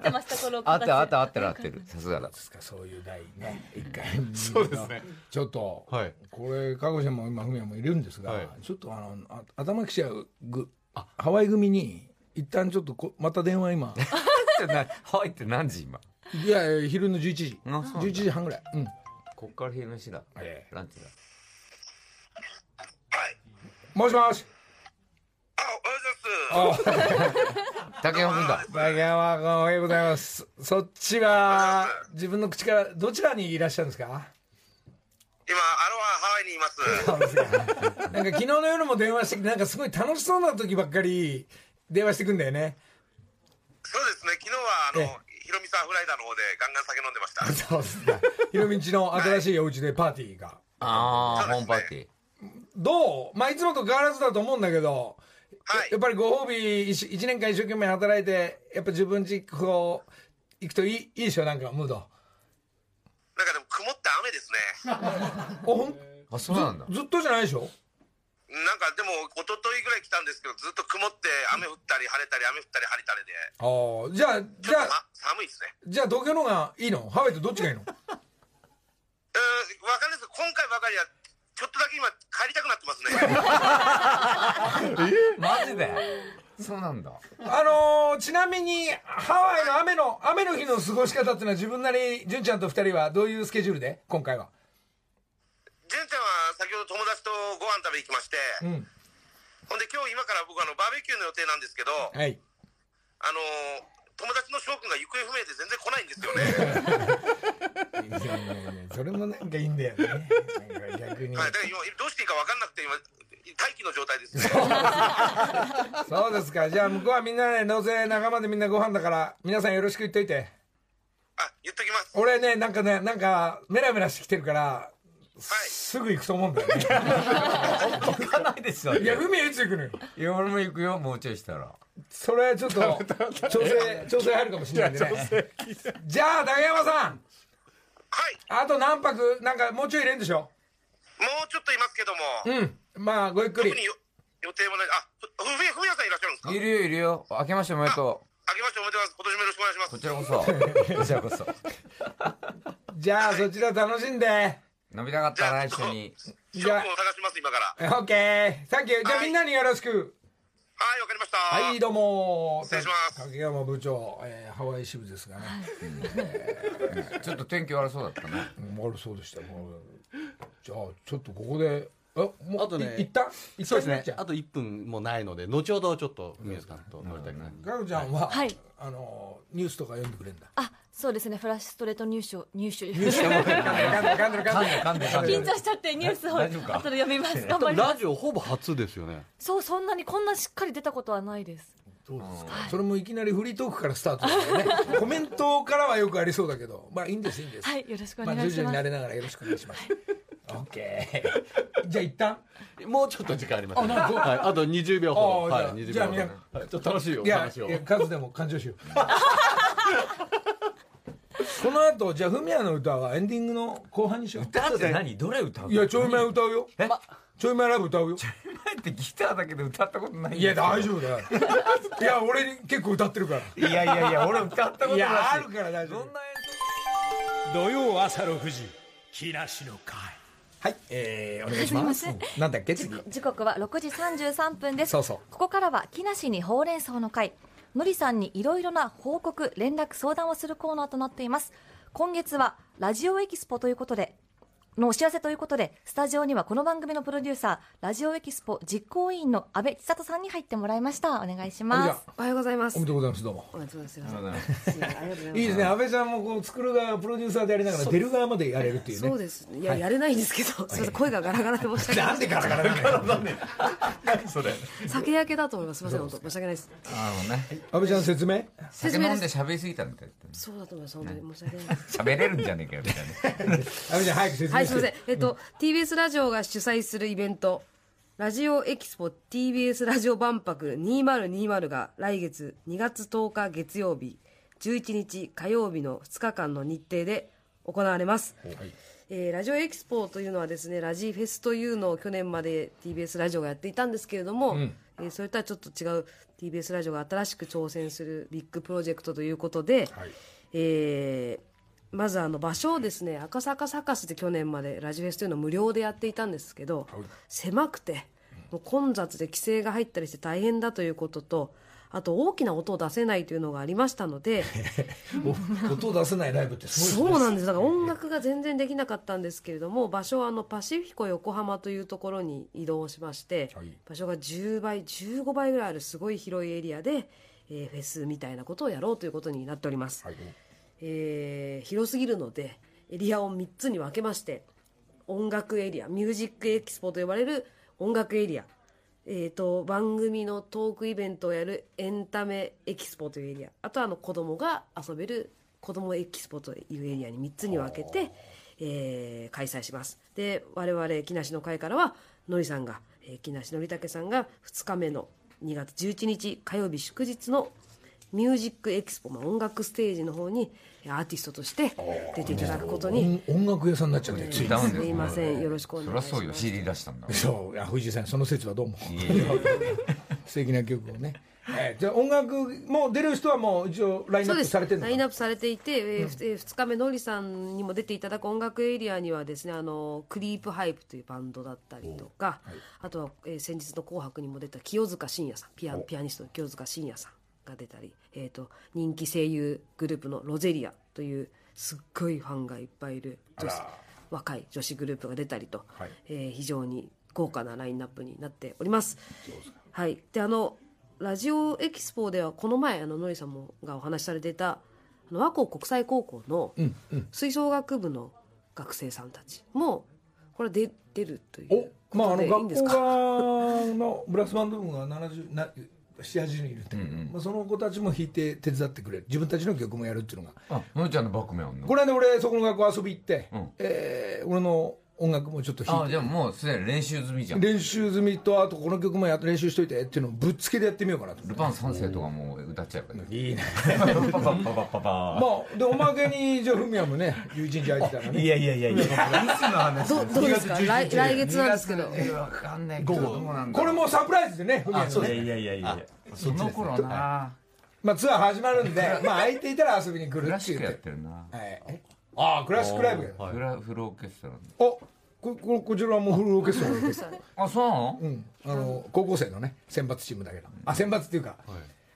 Speaker 6: てましたこの子
Speaker 4: あったあったたあったあってるさすがだ
Speaker 1: ですかそういう第ね一回そうですねちょっと、
Speaker 5: はい
Speaker 1: これ鹿児島も今文也もいるんですが、
Speaker 5: はい
Speaker 1: ちょっとあのあ 頭きちゃうぐハワイ組に一旦ちょっとこまた電話今
Speaker 4: ってな、はいって何時今。
Speaker 1: いやいや昼の11時
Speaker 4: あそうなんだ
Speaker 1: 11時半ぐらいうん
Speaker 4: こっから昼飯だ。
Speaker 1: え
Speaker 4: ランチだ。
Speaker 1: もしもし
Speaker 8: あ、おはようございます。
Speaker 1: あ
Speaker 4: 竹山君だ。
Speaker 1: 竹山君おはようございますそっちは自分の口からどちらにいらっしゃるんですか
Speaker 8: 今、アロハハワイにいます。
Speaker 1: なんか昨日の夜も電話してきてなんかすごい楽しそうな時ばっかり電話してくんだよね
Speaker 8: そうですね、昨日
Speaker 1: え
Speaker 8: は、あの、ヒロミさんフライダーの方でガンガン酒飲んでました。
Speaker 1: そうっすねひろみんちの新しいお家でパーティーが
Speaker 4: ああ、ホームパーティー。
Speaker 1: どうまあいつもと変わらずだと思うんだけど
Speaker 8: はい
Speaker 1: やっぱりご褒美一一年間一生懸命働いてやっぱ自分ちこう行くといいいいでしょなんかムード
Speaker 8: なんかでも曇って雨ですね。
Speaker 1: おほん
Speaker 4: あ、そうなんだ。
Speaker 1: ずっとじゃないでしょ
Speaker 8: なんかでも、一昨日ぐらい来たんですけど、ずっと曇って雨降ったり晴れたり、雨降ったり晴れたりで、
Speaker 1: ああじゃあ
Speaker 8: ち
Speaker 1: じ
Speaker 8: ょ
Speaker 1: ゃ
Speaker 8: っと、
Speaker 1: あ
Speaker 8: ま、寒いですね。
Speaker 1: じゃあ東京の方がいいのハワイとどっちがいいの
Speaker 8: うーん、わかんないですけど今回ばかりは、ちょっとだけ今、帰りたくなってま すね。
Speaker 4: マジでそうなんだ。
Speaker 1: あのーちなみにハワイの雨の雨の日の過ごし方っていうのは自分なり純ちゃんと二人はどういうスケジュールで今回は
Speaker 8: 純ちゃんは先ほど友達とご飯食べに行きまして、
Speaker 1: うん
Speaker 8: ほんで今日今から僕あのバーベキューの予定なんですけど、あ
Speaker 1: はい
Speaker 8: のー友達の翔くんが行方不明で全然来ないんですよね。
Speaker 1: それもなんかいいんだよねなんか逆に
Speaker 8: はい、だから今どうしていいか分かんなくて今待機の状態 ですね
Speaker 1: そうですかじゃあ向こうはみんなで納税仲間でみんなご飯だから皆さんよろしく言っといて
Speaker 8: あ言っときます
Speaker 1: 俺ねなんかねなんかメラメラしてきてるからすぐ行くと思うんだ よね
Speaker 4: 行かないでしょ。
Speaker 1: いや海はいつ行くのよ
Speaker 4: いや俺も行くよ、もうちょいしたら。
Speaker 1: それちょっと調整調整入るかもしれないんでねじゃあ竹山さん
Speaker 8: はい
Speaker 1: あと何泊なんかもうちょい入れんでしょ
Speaker 8: もうちょっといますけども、
Speaker 1: うんまあごゆっくり
Speaker 8: 特によ予定もないあふふみふみやさんいらっしゃるんですか
Speaker 4: いるよ、いるよ。明けましておめでとう。
Speaker 8: あけましておめでとうございます今年もよろしくお願いします
Speaker 4: こちらこ そ。こちらこそ。
Speaker 1: じゃあそちら楽しんで
Speaker 4: 飲みたかったな、一緒に。
Speaker 1: じゃあ
Speaker 8: 翔くんを探します今からは
Speaker 1: オッケーサンキューじゃあみんなによろしく
Speaker 8: いわかりました
Speaker 1: はいどうも
Speaker 8: 失礼します
Speaker 1: 竹山部長、えーハワイ支部ですがね
Speaker 4: ちょっと天気悪そうだったね。
Speaker 1: うん悪そうでしたよじゃあちょっとここでえもう
Speaker 5: あとね
Speaker 1: い一旦一
Speaker 5: そう
Speaker 1: 旦
Speaker 5: ですね
Speaker 1: じゃ。あ
Speaker 5: あと1分もないので、後ほどちょっと、宮さんと森谷さんに。
Speaker 1: ガロちゃんは、
Speaker 6: はい
Speaker 1: あのニュースとか読んでくれんだ
Speaker 6: あそうですねフラッシュストレート入手入
Speaker 1: 噛
Speaker 6: 手
Speaker 1: んでる噛んでる噛んでる噛んで
Speaker 6: 緊
Speaker 1: る
Speaker 6: 張しちゃってニュースを後で読みます頑張りま
Speaker 5: ラ
Speaker 6: す
Speaker 5: ジオほぼ初ですよね。
Speaker 6: そうそんなにこんなしっかり出たことはないです
Speaker 1: それもいきなりフリートークからスタートだよねコメントからはよくありそうだけどまあいいんですいいんです
Speaker 6: はいよろしくお
Speaker 1: まあ
Speaker 6: 願い
Speaker 1: 徐
Speaker 6: し
Speaker 1: 々
Speaker 6: ま
Speaker 1: に慣
Speaker 6: す
Speaker 1: れながらよろしくお願いしますオッケーじゃあ一旦
Speaker 5: もうちょっと時間あります、ね。
Speaker 1: あなんか
Speaker 5: はい、あと20秒ほど。
Speaker 1: あ
Speaker 5: はい
Speaker 1: じゃあ、じ
Speaker 5: 20
Speaker 1: ゃあ
Speaker 5: 秒ほど。はいちょっと楽しいよ、
Speaker 1: い
Speaker 5: お
Speaker 1: やい
Speaker 5: 話を。
Speaker 1: や数でも感情しよう この後じゃあフミヤの歌はエンディングの後半にしよう
Speaker 4: だって何どれ歌う
Speaker 1: いやちょい前歌うよ
Speaker 4: え
Speaker 1: ちょい前ライブ歌うよ
Speaker 4: 前ってギターだけで歌ったことない
Speaker 1: いや大丈夫だよいや俺結構歌ってるか
Speaker 4: いやいやいや俺歌った
Speaker 1: ら
Speaker 4: ことない
Speaker 1: い
Speaker 4: し
Speaker 1: やあるから大丈
Speaker 4: ど
Speaker 1: 夫
Speaker 4: んな
Speaker 3: 土曜朝6時木梨の会
Speaker 1: はいえー、お願いし
Speaker 6: すみません
Speaker 1: ますなんだっけ
Speaker 6: 時
Speaker 1: 次
Speaker 6: 時刻は6時33分です
Speaker 1: そうそう
Speaker 6: ここからは木梨にほうれん草の会のりさんにいろいろな報告連絡相談をするコーナーとなっています今月はラジオエキスポということでのお知らせということでスタジオにはこの番組のプロデューサーラジオエキスポ実行委員の安倍千里さんに入ってもらいましたお願いし
Speaker 1: じ
Speaker 6: ま
Speaker 1: ゃ
Speaker 6: す
Speaker 1: あ
Speaker 9: おはようございます。
Speaker 1: おめでとうございますどうも
Speaker 9: おめでとうござい
Speaker 4: りがとうござい
Speaker 9: ます。いやありがとうございます。
Speaker 1: いいですね安倍ちゃんもこう作る側プロデューサーでやりながら出る側までやれるっていうね
Speaker 9: そうです。いや、やれないんですけど、すみません、声がガラガラで申し訳ない。
Speaker 1: でガラガラなんだよ
Speaker 9: 酒焼けだと思います。すみません、本当申し訳ないです。
Speaker 4: あのね
Speaker 1: 安倍ちゃん説明
Speaker 9: 説
Speaker 4: 酒
Speaker 9: 明
Speaker 4: 飲
Speaker 9: で
Speaker 4: ん
Speaker 9: す
Speaker 4: で喋りすぎたみたいな
Speaker 9: そうだと思います。本当に申し訳ないです。
Speaker 4: 喋れるんじゃねえかよみたい な
Speaker 1: 安倍ちゃん早く説
Speaker 9: は
Speaker 1: 明
Speaker 9: い、す
Speaker 1: して
Speaker 9: みません。えっと、TBS ラジオが主催するイベント、ラジオエキスポ TBS ラジオ万博2020が来月2月10日月曜日、11日火曜日の2日間の日程で行われます。えーラジオエキスポというのはですね、ラジフェスというのを去年まで TBS ラジオがやっていたんですけれども、えーそれとはちょっと違う TBS ラジオが新しく挑戦するビッグプロジェクトということで、えーまずあの場所をですね、赤坂サカスで去年までラジフェスというのを無料でやっていたんですけど、狭くて、もう混雑で規制が入ったりして大変だということと、あと大きな音を出せないというのがありましたの で
Speaker 1: 音を出せないライブってすごい
Speaker 9: そうなんですだから音楽が全然できなかったんですけれども場所はあのパシフィコ横浜というところに移動しまして、
Speaker 1: はい
Speaker 9: 場所が10倍15倍ぐらいあるすごい広いエリアで、えーフェスみたいなことをやろうということになっております、
Speaker 1: はい
Speaker 9: えー広すぎるのでエリアを3つに分けまして音楽エリアミュージックエキスポと呼ばれる音楽エリア、えー、と番組のトークイベントをやるエンタメエキスポというエリアあとはあの子供が遊べる子供エキスポというエリアに3つに分けて、えー開催しますで我々木梨の会からはのりさんが、えー木梨憲武さんが2日目の2月11日火曜日祝日のミュージックエキスポ、まあ、音楽ステージの方にえーアーティストとして出ていただくことに
Speaker 1: 音音楽屋さんになっちゃってつい
Speaker 4: ダウンですす
Speaker 9: いませんよろしくお願いします
Speaker 4: そりゃそうよ CD 出したんだ
Speaker 1: そういや藤井さんその説はどうも
Speaker 4: いえいえ
Speaker 1: 素敵な曲をね、えーじゃあ音楽も出る人はもう一応ラインナ
Speaker 9: そ
Speaker 1: ッ
Speaker 9: うで
Speaker 1: プ
Speaker 9: す
Speaker 1: されてるの
Speaker 9: ラ
Speaker 1: か
Speaker 9: インナップされていて、えーふえー2日目のりさんにも出ていただく音楽エリアにはですねあのクリープハイプというバンドだったりとか、あとは、えー先日の「紅白」にも出た清塚信也さんピアピアニストの清塚信也さんが出たり、えー、と人気声優グループのロゼリアというすっごいファンがいっぱいいる女子若い女子グループが出たりと、
Speaker 1: はい
Speaker 9: えー非常に豪華なラインナップになっております。はい、であのラジオエキスポではこの前あののりさんもがお話しされていたあの和光国際高校の吹奏楽部の学生さんたちもこれで出るという
Speaker 1: おまあ
Speaker 9: こ
Speaker 1: あ
Speaker 9: と
Speaker 1: の
Speaker 9: でいいんで
Speaker 1: 学
Speaker 9: す
Speaker 1: 校
Speaker 9: か、
Speaker 1: 側のブラスバンド部が70な7 8人いるって、まあ、その子たちも弾いて手伝ってくれる自分たちの曲もやるっていうのが
Speaker 4: あのりちゃんのバックメンあんの
Speaker 1: これで俺そこの学校遊び行って、
Speaker 4: ん
Speaker 1: えー俺の音楽もちょっと弾
Speaker 4: あ
Speaker 1: い
Speaker 4: じ
Speaker 1: て
Speaker 4: ゃあもうすでに練習済みじゃんル
Speaker 1: 練習済みとあとこの曲もやっ練習しといてっていうのをぶっつけでやってみようかなと
Speaker 4: パン三世とかもう歌っちゃうからね
Speaker 1: いいね
Speaker 4: パパパパパパ
Speaker 1: まあでおまけにじゃあフミヤもね友人じゃ空いてたからね
Speaker 2: いやいやいやいや。いつの話
Speaker 9: どどうですか来来月なんですけど
Speaker 4: わかんないけどどうなんだ
Speaker 1: これもサプライズでねフミヤの
Speaker 2: い
Speaker 1: ね
Speaker 2: やいやいやいや。
Speaker 4: その頃な
Speaker 1: まあツアー始まるんで まあ空いていたら遊びに来
Speaker 4: ク
Speaker 1: る
Speaker 4: ラ
Speaker 1: って
Speaker 4: シ
Speaker 1: 言
Speaker 4: ッ
Speaker 1: っ
Speaker 4: クやっててるな
Speaker 1: はい、えああクラシックライブや
Speaker 4: フラフルオーケストラの
Speaker 1: おこここちらもフルオーケストラです
Speaker 4: あそう
Speaker 1: うん、あの高校生のね選抜チームだけどあ選抜っていうか、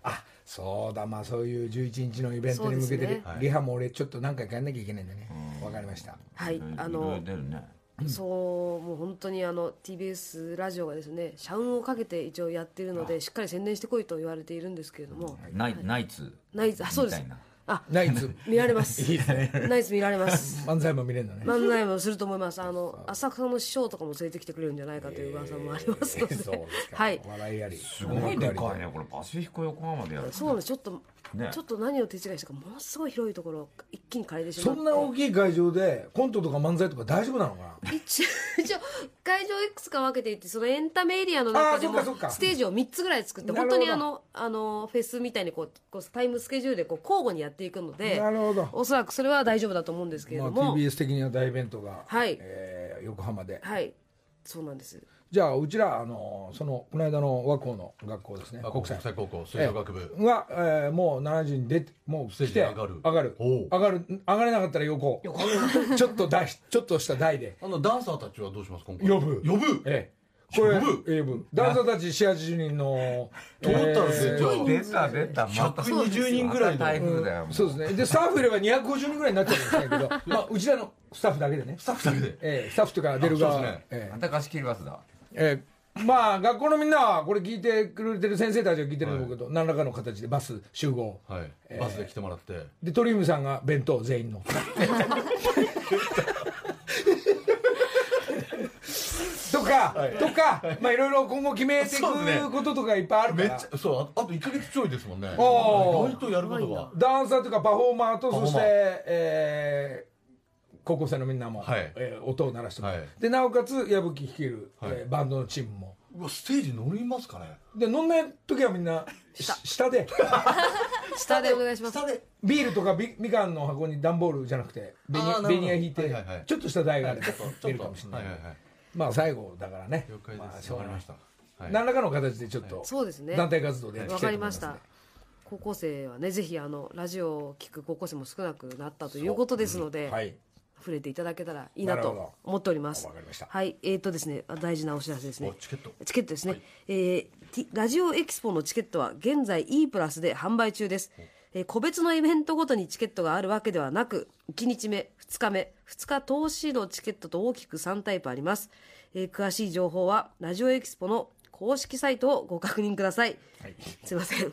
Speaker 1: あそうだまあそういう11日のイベントに向けて
Speaker 9: そう
Speaker 1: リ,、
Speaker 9: です
Speaker 1: ハも俺ちょっと何回かやんなきゃいけないんでねわかりました
Speaker 9: はいあ
Speaker 4: いろい
Speaker 9: の
Speaker 4: ろ出るね
Speaker 9: そうもう本当にあの TBS ラジオがですね社運をかけて一応やってるのでしっかり宣伝してこいと言われているんですけれども、
Speaker 4: ナイナイツ
Speaker 9: ナイツあそうです
Speaker 4: みたいな
Speaker 9: あ
Speaker 1: ナイツ
Speaker 9: 見られ ますナイツ見られます
Speaker 1: 漫才も見れるのね
Speaker 9: 漫才もすると思います。あの浅草の師匠とかも連れてきてくれるんじゃないかという噂もありますので、
Speaker 1: そうですか、
Speaker 9: はい。
Speaker 1: 笑いありす
Speaker 4: すごいでかいねこれパシフィコ横浜でやる
Speaker 9: そうなんです。ちょっと、
Speaker 4: ね
Speaker 9: ちょっと何を手違いしたか、ものすごい広いところを一気に借りてしま
Speaker 1: そ
Speaker 9: って。
Speaker 1: んな大きい会場でコントとか漫才とか大丈夫なのかな
Speaker 9: 一応一応会場いくつか分けていてそのエンタメエリアの中でも
Speaker 1: あーそっかそっか
Speaker 9: ステージを3つぐらい作って
Speaker 1: なる
Speaker 9: 本
Speaker 1: ほど
Speaker 9: 当にあのあのフェスみたいにこうこうタイムスケジュールでこう交互にやっていくので
Speaker 1: なるほど
Speaker 9: おそらくそれは大丈夫だと思うんですけれど
Speaker 1: まあ、
Speaker 9: も、
Speaker 1: TBS 的には大イベントが、
Speaker 9: はい
Speaker 1: えー横浜で
Speaker 9: はいそうなんです
Speaker 1: じゃあうちらあのそのこの間の和光の学校ですね
Speaker 5: あ
Speaker 1: 国
Speaker 5: 国
Speaker 1: 際
Speaker 5: 際高校吹奏楽部。
Speaker 1: が、えーもう70人出てもう
Speaker 5: ステー
Speaker 1: 来
Speaker 5: ジ
Speaker 1: て
Speaker 5: に上がる
Speaker 1: 上がる
Speaker 5: おう
Speaker 1: 上がる上がれなかったら横 ちょっと台ちょっとした台で
Speaker 5: あのダンサーたちはどうします今回。
Speaker 1: 呼ぶ
Speaker 5: 呼ぶ。
Speaker 1: ええこれ
Speaker 5: 呼ぶ
Speaker 1: ええ呼ぶダンサーたち4 8人の
Speaker 5: と思ったら
Speaker 1: え
Speaker 5: す
Speaker 1: え
Speaker 5: ごい
Speaker 4: 出た出たまた
Speaker 5: 120人ぐらい
Speaker 4: また台
Speaker 5: の
Speaker 4: 風だよも
Speaker 1: そうですねでスタッフいれば250人ぐらいになっちゃうん ですけどまあうちらのスタッフだけでね
Speaker 5: スタッフだけで。
Speaker 1: ええスタッフとか出る
Speaker 5: あそう
Speaker 1: 側
Speaker 5: ですね
Speaker 1: ええ
Speaker 4: また貸し切りバスだ
Speaker 1: ええまあ学校のみんなはこれ聞いてくれてる先生たちは聞いてるんだけど、何らかの形でバス集合
Speaker 5: はい。バスで来てもらって。
Speaker 1: でトリウムさんが弁当全員 のとか、とか、まあいろいろ今後決めてい
Speaker 5: そうね
Speaker 1: くこととかいっぱいあるか
Speaker 5: めっ
Speaker 1: ら、
Speaker 5: ちゃそうああと1ヶ月ちょいですもんね。意
Speaker 1: おー
Speaker 5: 外とやることが。
Speaker 1: ダンサーというかパフォーマーと
Speaker 5: パフォー
Speaker 1: そ
Speaker 5: マー
Speaker 1: して、えー高校生のみんなも、
Speaker 5: はい
Speaker 1: えー音を鳴らしてもらう、
Speaker 5: はい
Speaker 1: でなおかつ矢吹率いる、
Speaker 5: はい
Speaker 1: えーバンドのチームも
Speaker 5: うわステージ乗りますかね。
Speaker 1: で飲んだ時はみんなし下で
Speaker 9: 下でお願いします
Speaker 5: 下で。
Speaker 1: ビールとかビみかんの箱に段ボールじゃなくてベニ
Speaker 5: あーなるほど
Speaker 1: ベニヤ引いて、
Speaker 5: はいはいはい
Speaker 1: ちょっとした台があれば
Speaker 5: ちょっと
Speaker 1: 出るかもしれない
Speaker 5: はいはいはい。
Speaker 1: まあ最後だからね。
Speaker 5: 了解
Speaker 1: まあ
Speaker 5: で
Speaker 1: し
Speaker 5: す。
Speaker 1: ょう
Speaker 5: わ
Speaker 1: が
Speaker 5: か
Speaker 1: ない
Speaker 5: りました。はい
Speaker 1: 何らかの形でちょっと
Speaker 9: そうですね
Speaker 1: 団体活動でやってい
Speaker 9: わ
Speaker 1: きたいと
Speaker 9: かり
Speaker 1: 思いま
Speaker 9: ますし
Speaker 1: ね
Speaker 9: た。高校生はね、ぜひあのラジオを聞く高校生も少なくなったということですので、
Speaker 1: はい。
Speaker 9: 触れていただけたらいいな
Speaker 1: なるほど
Speaker 9: と思っております。
Speaker 1: わかりました
Speaker 9: はい、えっ、とですね、あ大事なお知らせですね。
Speaker 5: おチケット。
Speaker 9: チケットですね。えー T- ラジオエキスポのチケットは現在 E プラスで販売中です、えー個別のイベントごとにチケットがあるわけではなく1日目2日目2日投資のチケットと大きく3タイプあります、えー詳しい情報はラジオエキスポの公式サイトをご確認ください、すいません、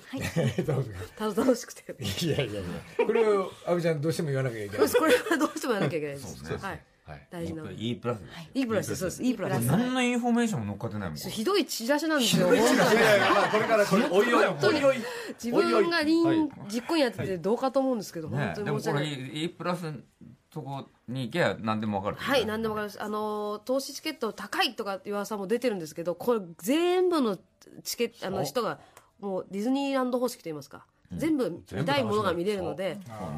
Speaker 9: ただ楽しくて
Speaker 5: いやいやいや。これを、阿部ちゃんどうしても言わなきゃいけない。
Speaker 9: これはどうしてもやらなきゃいけないですはい
Speaker 5: はい
Speaker 9: 大事な
Speaker 4: E プラスですよ
Speaker 9: E プラスそうです E プラス
Speaker 4: 何のインフォメーションも乗っかってないもん
Speaker 9: ひどいチラシなんですよ本当に
Speaker 5: いやいや、まあこれからこれ、おいおい、おいおい。
Speaker 9: 自分が
Speaker 5: おいお
Speaker 9: 臨
Speaker 5: い
Speaker 9: 実行委員やっててどうかと思うんですけど、
Speaker 4: ね
Speaker 9: 本
Speaker 4: で
Speaker 9: 当に
Speaker 4: も
Speaker 9: 申し訳
Speaker 4: こ
Speaker 9: な
Speaker 4: れ
Speaker 9: い。
Speaker 4: E プラスとこに行けば何でも分かる
Speaker 9: はい、何でもわかります。あのー、投資チケット高いとかって噂も出てるんですけど、これ全部のチケット、あの人が、もうディズニーランド方式と言いますか、全部見たいものが見れるので、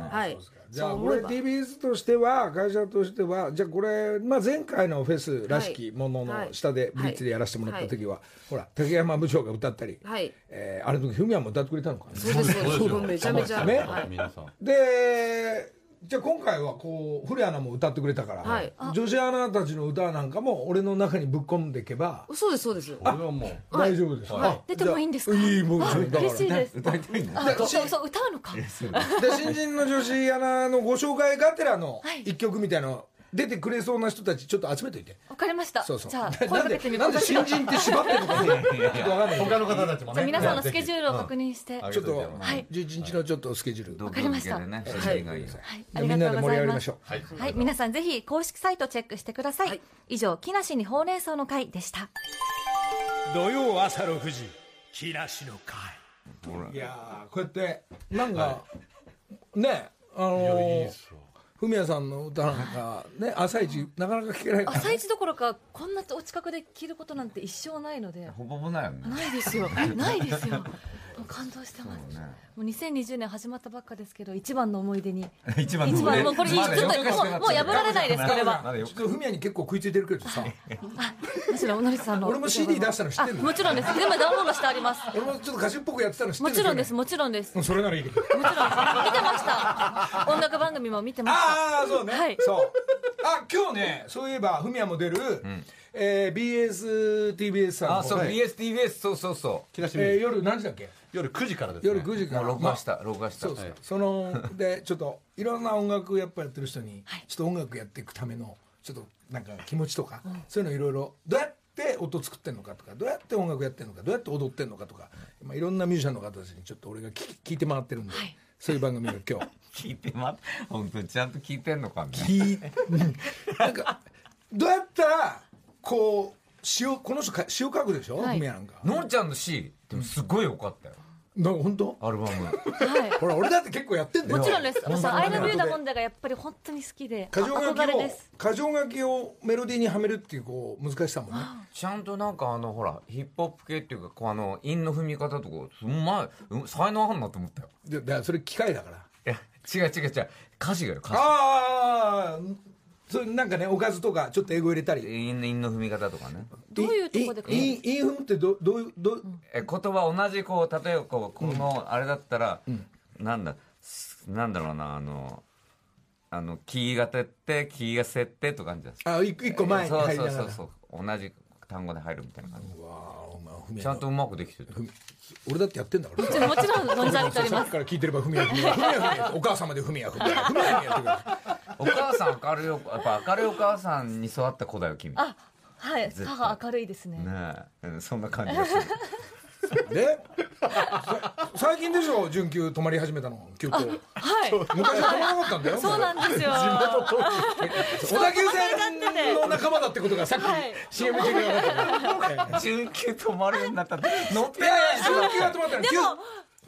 Speaker 9: はい。
Speaker 1: じゃ
Speaker 9: そ
Speaker 1: あ
Speaker 9: う
Speaker 1: こ
Speaker 9: 思
Speaker 1: れ
Speaker 9: えば
Speaker 1: TBS としては会社としてはじゃあこれ、まあ、前回のフェスらしきもの
Speaker 9: はい
Speaker 1: の下でブリッジでやらせてもらった時は、ほら竹山部長が歌ったり、
Speaker 9: はい。
Speaker 1: えーあれの時フミヤも歌ってくれたのかな
Speaker 9: そうです、そうです。めちゃめちゃ。
Speaker 1: ね
Speaker 9: はい
Speaker 5: 皆さん。
Speaker 1: でじゃあ今回はこう古谷アナも歌ってくれたから、
Speaker 9: はい
Speaker 1: 女子アナたちの歌なんかも俺の中にぶっ込んでいけば
Speaker 9: そうです、そうです。
Speaker 5: これはもう。
Speaker 1: 大丈夫です、
Speaker 5: はい
Speaker 1: あ
Speaker 6: 出てもいいんですか
Speaker 1: じゃあいいもんですよだから
Speaker 6: 嬉しいです
Speaker 4: 歌いたいんだよ
Speaker 6: あそうそう歌 うのか
Speaker 1: で新人の女子アナのご紹介がてらの一曲みたいなの出てくれそうな人たちちょっと集めといて
Speaker 6: わかりました
Speaker 1: そうそう
Speaker 6: じゃあ声
Speaker 1: な
Speaker 6: か
Speaker 1: ん
Speaker 6: けてみ
Speaker 1: で
Speaker 6: ま
Speaker 1: なん
Speaker 6: す
Speaker 1: で新人って縛ってるのかねちょっとわかんない
Speaker 5: 他の方たちも
Speaker 6: じゃ
Speaker 5: ね。
Speaker 6: あ皆さんのスケジュールを確認して
Speaker 1: ちょっと
Speaker 4: はい
Speaker 1: 11日のちょっとスケジュール、
Speaker 4: 同
Speaker 6: かりました
Speaker 4: 級生でね親戚がいいよ
Speaker 6: はいあり
Speaker 1: み
Speaker 6: が
Speaker 1: んな
Speaker 6: と
Speaker 1: で盛
Speaker 6: うご
Speaker 1: り上
Speaker 6: ざい
Speaker 1: げま
Speaker 6: ま
Speaker 1: し
Speaker 6: す
Speaker 1: ょう
Speaker 6: はい皆さんぜひ公式サイトチェックしてください、
Speaker 9: はい
Speaker 6: 以上木梨にほうれん草の会でした
Speaker 3: 土曜朝6時木梨の会
Speaker 1: いやーこうやってなんか、ねあのーフミヤさんの歌なんかね朝一なかなか聞けないから
Speaker 6: 朝一どころかこんなお近くで聞ることなんて一生ないので
Speaker 4: ほぼほぼないよね
Speaker 6: ないです よないですよもう感動してます、
Speaker 4: ね
Speaker 6: もう2020年始まったばっかですけど一番の思い 出に
Speaker 4: 一番
Speaker 6: 一番もうこれちょっ
Speaker 4: まだ
Speaker 6: ともう
Speaker 4: 夜更かしなかった
Speaker 6: もう破られないですこれは
Speaker 4: まだ
Speaker 1: ちょ
Speaker 4: よ
Speaker 1: っとフミヤに結構食いついてるけどさ
Speaker 6: あむしろおのりさんの
Speaker 1: 俺も CD 出したの知ってんの
Speaker 6: あもちろんです全部ダウンロードしてあります
Speaker 1: 俺もちょっと歌手っぽくやってたの知って
Speaker 6: も
Speaker 1: る
Speaker 6: ちろんですもちろんですも
Speaker 1: それならいいけど
Speaker 6: ちろんです見てました音楽番組も見てました
Speaker 1: ああそうね、
Speaker 6: はい
Speaker 1: そうあ今日ねそういえばフミヤも出る、えー、BSTBS さんの方
Speaker 4: あそう BSTBS そうそうそ
Speaker 5: 木梨
Speaker 1: えー
Speaker 5: え
Speaker 1: 夜何時だっけ
Speaker 5: 夜9時からですね。
Speaker 1: 夜9時
Speaker 4: う
Speaker 1: から
Speaker 4: もう録
Speaker 1: まあ
Speaker 4: 画した録画した
Speaker 1: そうですか、そのでちょっといろんな音楽やっぱやってる人に、
Speaker 6: はい
Speaker 1: ちょっと音楽やっていくためのちょっとなんか気持ちとか、そういうのいろいろどうやって音作ってんのかとかどうやって音楽やってんのかどうやって踊ってんのかとか、まあ、いろんなミュージシャンの方たちにちょっと俺が聞き聞いて回ってるんで、そういう番組が今日。
Speaker 4: 聞いてま本当にちゃんと聞いてんのかね
Speaker 1: きなんかどうやったらこう詩をこの人か詩を書くでしょ、
Speaker 6: はい
Speaker 1: フミヤなんか
Speaker 4: のんちゃんの C でもすごい良かったよ
Speaker 1: なんか本当
Speaker 4: アルバム
Speaker 6: はい
Speaker 1: ほら俺だって結構やってんだよ
Speaker 6: もちろんです。
Speaker 1: 本当
Speaker 6: そう、
Speaker 1: に
Speaker 6: アイラブユーダモンダがやっぱり本当に好きで、
Speaker 1: 箇条書
Speaker 6: 憧
Speaker 1: き
Speaker 6: れ
Speaker 1: を
Speaker 6: です。
Speaker 1: 箇条書きをメロディーにはめるっていうこう難しさもね
Speaker 4: ちゃんとなんかあのほらヒップホップ系っていうかこうあの韻の踏み方とかすんまいうん才能あんなと思ったよ
Speaker 1: でだからそれ機械だから
Speaker 4: いや違う違う違う歌詞がよ歌
Speaker 1: ああそれなんかねおかずとかちょっと英語入れた
Speaker 4: 詞
Speaker 1: り
Speaker 4: 韻韻の踏み方とかね
Speaker 6: どういうとこで書く
Speaker 1: いいいいい踏むってどどういうどう
Speaker 4: え言葉同じこう例えばこうこのあれだったら、なんだすなんだろうなあのあのキーがてってキーが設定とかあるじゃないですか
Speaker 1: あ一個一個前に入りながら
Speaker 4: そうそうそうそう同じ単語で入るみたいな感じ
Speaker 1: うわあお前フミヤ
Speaker 4: ちゃんとうまくできて る
Speaker 1: ふみ俺だってやってんだから
Speaker 6: もちろん、もちろん存じ上げており
Speaker 1: さ
Speaker 6: ま
Speaker 1: っき
Speaker 6: す。
Speaker 1: から聞いてれば、ふみやふみや、ふみやふみや、お母様でふみやふみや、ふみやふみやってくださ
Speaker 4: お母さん明るいおやっぱ明るいお母さんに育った子だよ君ね
Speaker 6: あ、はい、
Speaker 4: 絶対
Speaker 6: 母明るいですね。
Speaker 4: えうんそんな感じがする
Speaker 1: い。で、さ最近でしょ、準急止まり始めたの、急行。
Speaker 6: はい、
Speaker 1: 昔止まらなかったんだよ。
Speaker 6: そうなんですよ。は
Speaker 1: 小田急線の仲間だってことがさっき
Speaker 6: い。
Speaker 1: CM 中に分かったから。
Speaker 4: 準急止まるようになったって乗って
Speaker 1: い
Speaker 4: ない
Speaker 1: やいや、準急が止まったの。急
Speaker 6: でも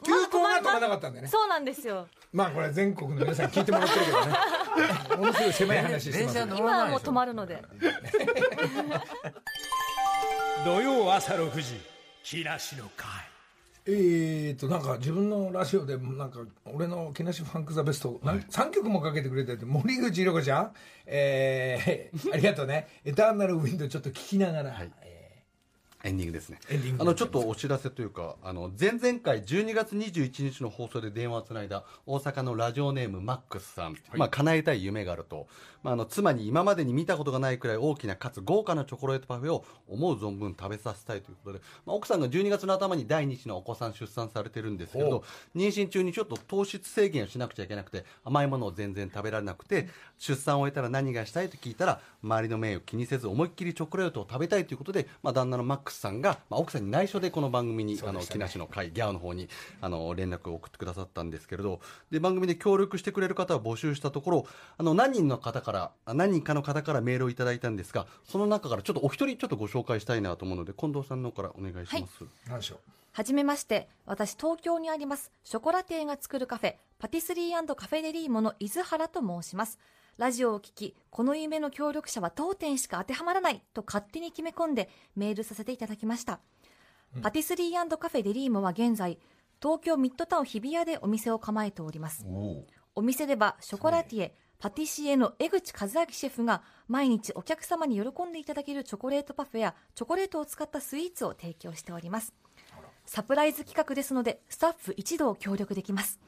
Speaker 1: 急行が止まらなかったんだよね。
Speaker 6: そうなんですよ。
Speaker 1: まあこれ全国の皆さん聞いてもらってるけどね。ものすごい狭い話して
Speaker 4: 電
Speaker 1: ますけ
Speaker 4: 車
Speaker 1: ど。
Speaker 4: 乗
Speaker 6: 今
Speaker 4: ら
Speaker 6: は
Speaker 4: ない
Speaker 6: もう
Speaker 4: でし
Speaker 6: 止
Speaker 4: ょ
Speaker 6: まるので。
Speaker 3: 土曜朝6時木梨の会
Speaker 1: えーとなんか自分のラジオでなんか俺の木梨ファンクザベスト3曲もかけてくれてて森口博子ちゃん、 えーありがとうね「エターナルウィンドウ」ちょっと聞きながら、えー
Speaker 5: エンディングですね
Speaker 2: エンディング
Speaker 5: あのちょっとお知らせというかあの前々回12月21日の放送で電話をつないだ大阪のラジオネームマックスさん、まあ叶えたい夢があると、まあ、あの妻に今までに見たことがないくらい大きなかつ豪華なチョコレートパフェを思う存分食べさせたいということで、まあ、奥さんが12月の頭に第2子のお子さん出産されてるんですけど妊娠中にちょっと糖質制限をしなくちゃいけなくて甘いものを全然食べられなくて出産を終えたら何がしたいと聞いたら周りの目を気にせず思いっきりチョコレートを食べたいということで、まあ、旦那のマックスさんが、まあ、奥さんに内緒でこの番組に、あの木梨の会ギャオの方にあの連絡を送ってくださったんですけれどで番組で協力してくれる方を募集したところあの何人の方からあ何人かの方からメールをいただいたんですがその中からちょっとお一人ちょっとご紹介したいなと思うので近藤さんの方からお願いします。
Speaker 1: 何でしょう
Speaker 6: はじめまして、私東京にあります、ショコラティエが作るカフェ、パティスリーカフェデリーモの伊豆原と申します。ラジオを聞き、この夢の協力者は当店しか当てはまらないと勝手に決め込んでメールさせていただきました。パティスリーカフェデリーモは現在、東京ミッドタウン日比谷でお店を構えております。お店ではショコラティエ、パティシエの江口和明シェフが毎日お客様に喜んでいただけるチョコレートパフェやチョコレートを使ったスイーツを提供しております。サプライズ企画ですので、スタッフ一同協力できます。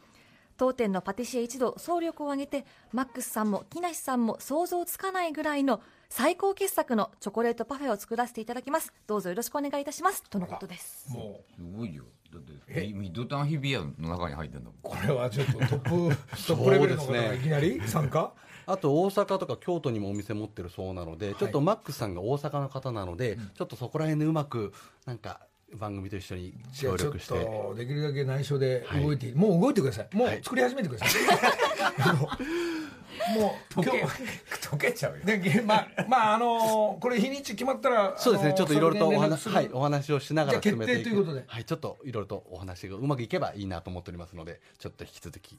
Speaker 6: 当店のパティシエ一同総力を挙げて、マックスさんも木梨さんも想像つかないぐらいの最高傑作のチョコレートパフェを作らせていただきます。どうぞよろしくお願いいたします。とのことです。
Speaker 1: もう
Speaker 4: すごいよだってミミッドタウン日比谷の中に入ってんだもん
Speaker 1: これはちょっとトップトップレベルの方がいきなり参加
Speaker 5: あと大阪とか京都にもお店持ってるそうなので、ちょっとマックスさんが大阪の方なので、ちょっとそこら辺でうまくなんか番組と一緒に
Speaker 1: じゃ
Speaker 5: 協
Speaker 1: あちょっ
Speaker 5: 力して
Speaker 1: とできるだけ内緒で動いて、もう動いてくださいもう作り始めてください、もうもう今日
Speaker 4: 溶けちゃうよ
Speaker 1: でげまあ、まあ、あのーこれ日にち決まったら、
Speaker 5: そうですね、
Speaker 1: あのー
Speaker 5: ちょっといろいろとお
Speaker 1: 連絡
Speaker 5: 話,、
Speaker 1: する
Speaker 5: はい、お話をしながら
Speaker 1: じゃあ
Speaker 5: 進めていく
Speaker 1: 決定ということで
Speaker 5: はい、ちょっといろいろとお話がうまくいけばいいなと思っておりますのでちょっと引き続き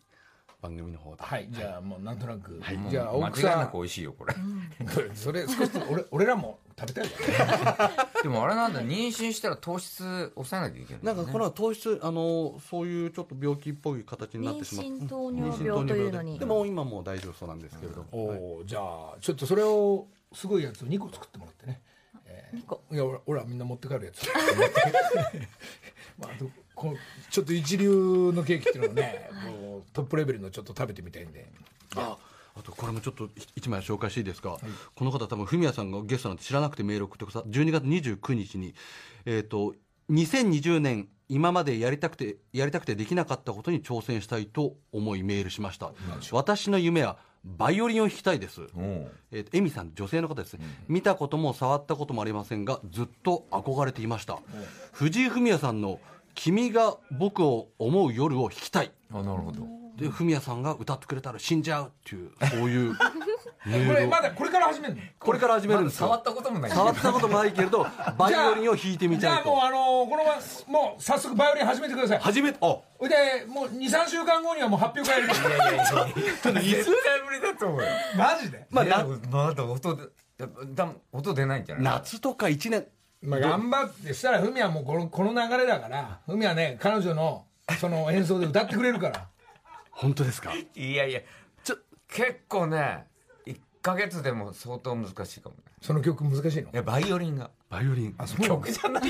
Speaker 5: 番組の方で、
Speaker 1: はい、じゃあもうなんとなく、
Speaker 4: もう
Speaker 1: じゃあ
Speaker 4: 間
Speaker 1: 奥
Speaker 4: 違いな
Speaker 1: さ
Speaker 4: く美味しいよこれ
Speaker 1: ん、 それ少し俺俺らも食べたいわ
Speaker 4: でもあれなんだ妊娠したら糖質抑えなきゃいけない
Speaker 5: なんかこれは糖質あのーそういうちょっと病気っぽい形になっ
Speaker 6: 妊
Speaker 5: てしまう
Speaker 6: 娠糖尿病というのに
Speaker 5: で。も今もう大丈夫そうなんですけれど、
Speaker 1: おーじゃあちょっとそれをすごいやつを2個作ってもらってね、えー、
Speaker 6: 2個
Speaker 1: いや俺俺はみんな持って帰るやつ まああとこのちょっと一流のケーキっていうのをね、もうトップレベルのちょっと食べてみたいんで
Speaker 5: ああとこれもちょっと一枚紹介していいですか、この方多分フミヤさんがゲストなんて知らなくてメール送ってくださ12月29日にえっ、と2020年今までやりたくてやりたくてできなかったことに挑戦したいと思いメールしました私の夢はバイオリンを弾きたいです、
Speaker 4: うん
Speaker 5: えーとエミさん女性の方ですね、見たことも触ったこともありませんがずっと憧れていました、藤井フミヤさんの「君が僕を思う夜を弾きたい」
Speaker 4: あなるほど
Speaker 5: でフミヤさんが歌ってくれたら死んじゃうっていうそう いうメ
Speaker 1: こ
Speaker 5: ール
Speaker 1: れ
Speaker 5: を
Speaker 1: まだこれから始めるの
Speaker 5: これから始めるんですよ、
Speaker 4: 触ったこともない
Speaker 5: 触ったこともないけれ どバイオリンを弾いてみ
Speaker 1: じゃ
Speaker 5: た
Speaker 1: あ
Speaker 5: い
Speaker 1: もう
Speaker 5: と
Speaker 1: あのーこのままもう早速バイオリン始めてください
Speaker 5: 初めてあ
Speaker 1: ほいでもう23週間後にはもう発表会やるいやいやいや
Speaker 4: 絶対無理だと思うよ
Speaker 1: マジで
Speaker 5: まあ
Speaker 4: いや
Speaker 5: な
Speaker 4: まだ音でだだ音出ないんじゃない
Speaker 5: 夏とか1年
Speaker 1: まあ、頑張ってしたらふみはもうこのこの流れだからふみはね彼女のその演奏で歌ってくれるから
Speaker 5: 本当ですか
Speaker 4: いやいや
Speaker 5: ちょ
Speaker 4: 結構ね1ヶ月でも相当難しいかもね
Speaker 1: その曲難しいの
Speaker 4: いやバイオリンが
Speaker 5: バイオリン
Speaker 1: あそう曲じゃない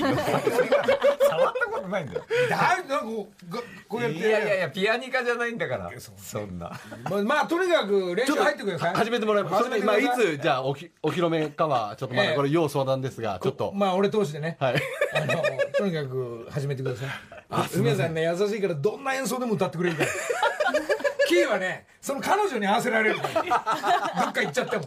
Speaker 4: 触ったことないんだよ
Speaker 1: だいなんかこうがこうやって
Speaker 4: いやいやいやピアニカじゃないんだから
Speaker 1: そう
Speaker 4: そんな
Speaker 1: まあ、まあとにかく練
Speaker 5: ち
Speaker 1: 習
Speaker 5: ょっと
Speaker 1: 入ってください
Speaker 5: 始めてもらいます
Speaker 1: 始めてください
Speaker 5: まあ、いつじゃあおひお披露目かはちょっとまだこれ要相談ですが、ちょっと、
Speaker 1: まあ俺通してね、
Speaker 5: はい
Speaker 1: あのとにかく始めてくださいふみやさんね優しいからどんな演奏でも歌ってくれるからキーはねその彼女に合わせられるからどっか行っちゃっても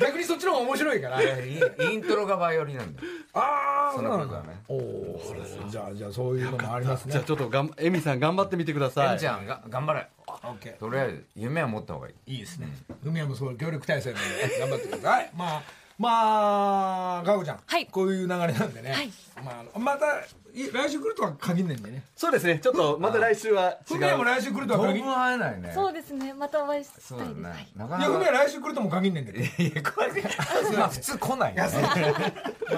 Speaker 1: 逆にそっちの方が面白いから
Speaker 4: イントロがバイオリンなんだよ
Speaker 1: ああそう
Speaker 4: その
Speaker 1: なん
Speaker 4: 曲
Speaker 1: だ
Speaker 4: はね
Speaker 1: おおじゃあじゃあそういうのもありますね
Speaker 5: じゃあちょっとがんエミさん頑張ってみてくださ
Speaker 4: エ
Speaker 5: い
Speaker 4: ンちゃんが頑張れ
Speaker 1: オッケ
Speaker 4: とりあえず夢は持った方がいい
Speaker 1: ーいいですね海はもうそう協力体制なんで 頑張ってくださいまあまあガコちゃん、
Speaker 6: はい
Speaker 1: こういう流れなんでね、
Speaker 6: はい
Speaker 1: まああの、またい来週来るとは限んないんでね
Speaker 5: そうですねちょっとまた来週は違う
Speaker 1: 海はも来週来ると
Speaker 4: 当
Speaker 1: は
Speaker 4: 分
Speaker 1: 限んない
Speaker 4: 会えないね
Speaker 6: そうですね。またお会いした
Speaker 4: そ
Speaker 6: いう
Speaker 4: だ
Speaker 6: です。
Speaker 4: ね
Speaker 6: はい
Speaker 4: なか
Speaker 1: い
Speaker 4: な
Speaker 1: や海
Speaker 4: か
Speaker 1: は来週来るとも限んないんだけど、
Speaker 4: いやこれまあ普通来ないよね
Speaker 1: ま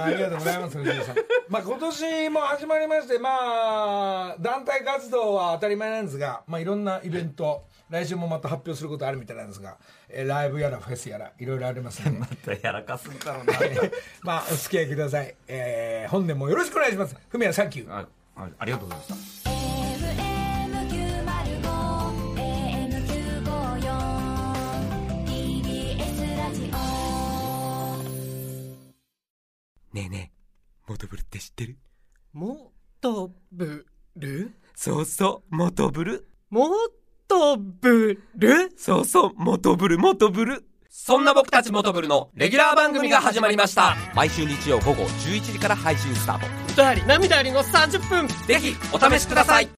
Speaker 1: あ、ありがとうございます藤井さんまあ今年も始まりましてまあ団体活動は当たり前なんですが、まあ、いろんなイベント、来週もまた発表することあるみたいなんですが、えーライブやらフェスやらいろいろありますので
Speaker 10: やらかすんだろうな。
Speaker 1: まあお付き合いください、えー本年もよろしくお願いしますフミヤサンキュー
Speaker 10: ああありがとうございました。
Speaker 4: ねえねえ、モトブルって知ってる
Speaker 11: もとぶる
Speaker 4: そうそう、モトブル。
Speaker 11: もとぶる
Speaker 4: そうそう、モトブル、モトブル。そんな僕たちモトブルのレギュラー番組が始まりました。毎週日曜午後11時から配信スタート。
Speaker 11: 歌あり涙ありの30分
Speaker 4: ぜひ、お試しください。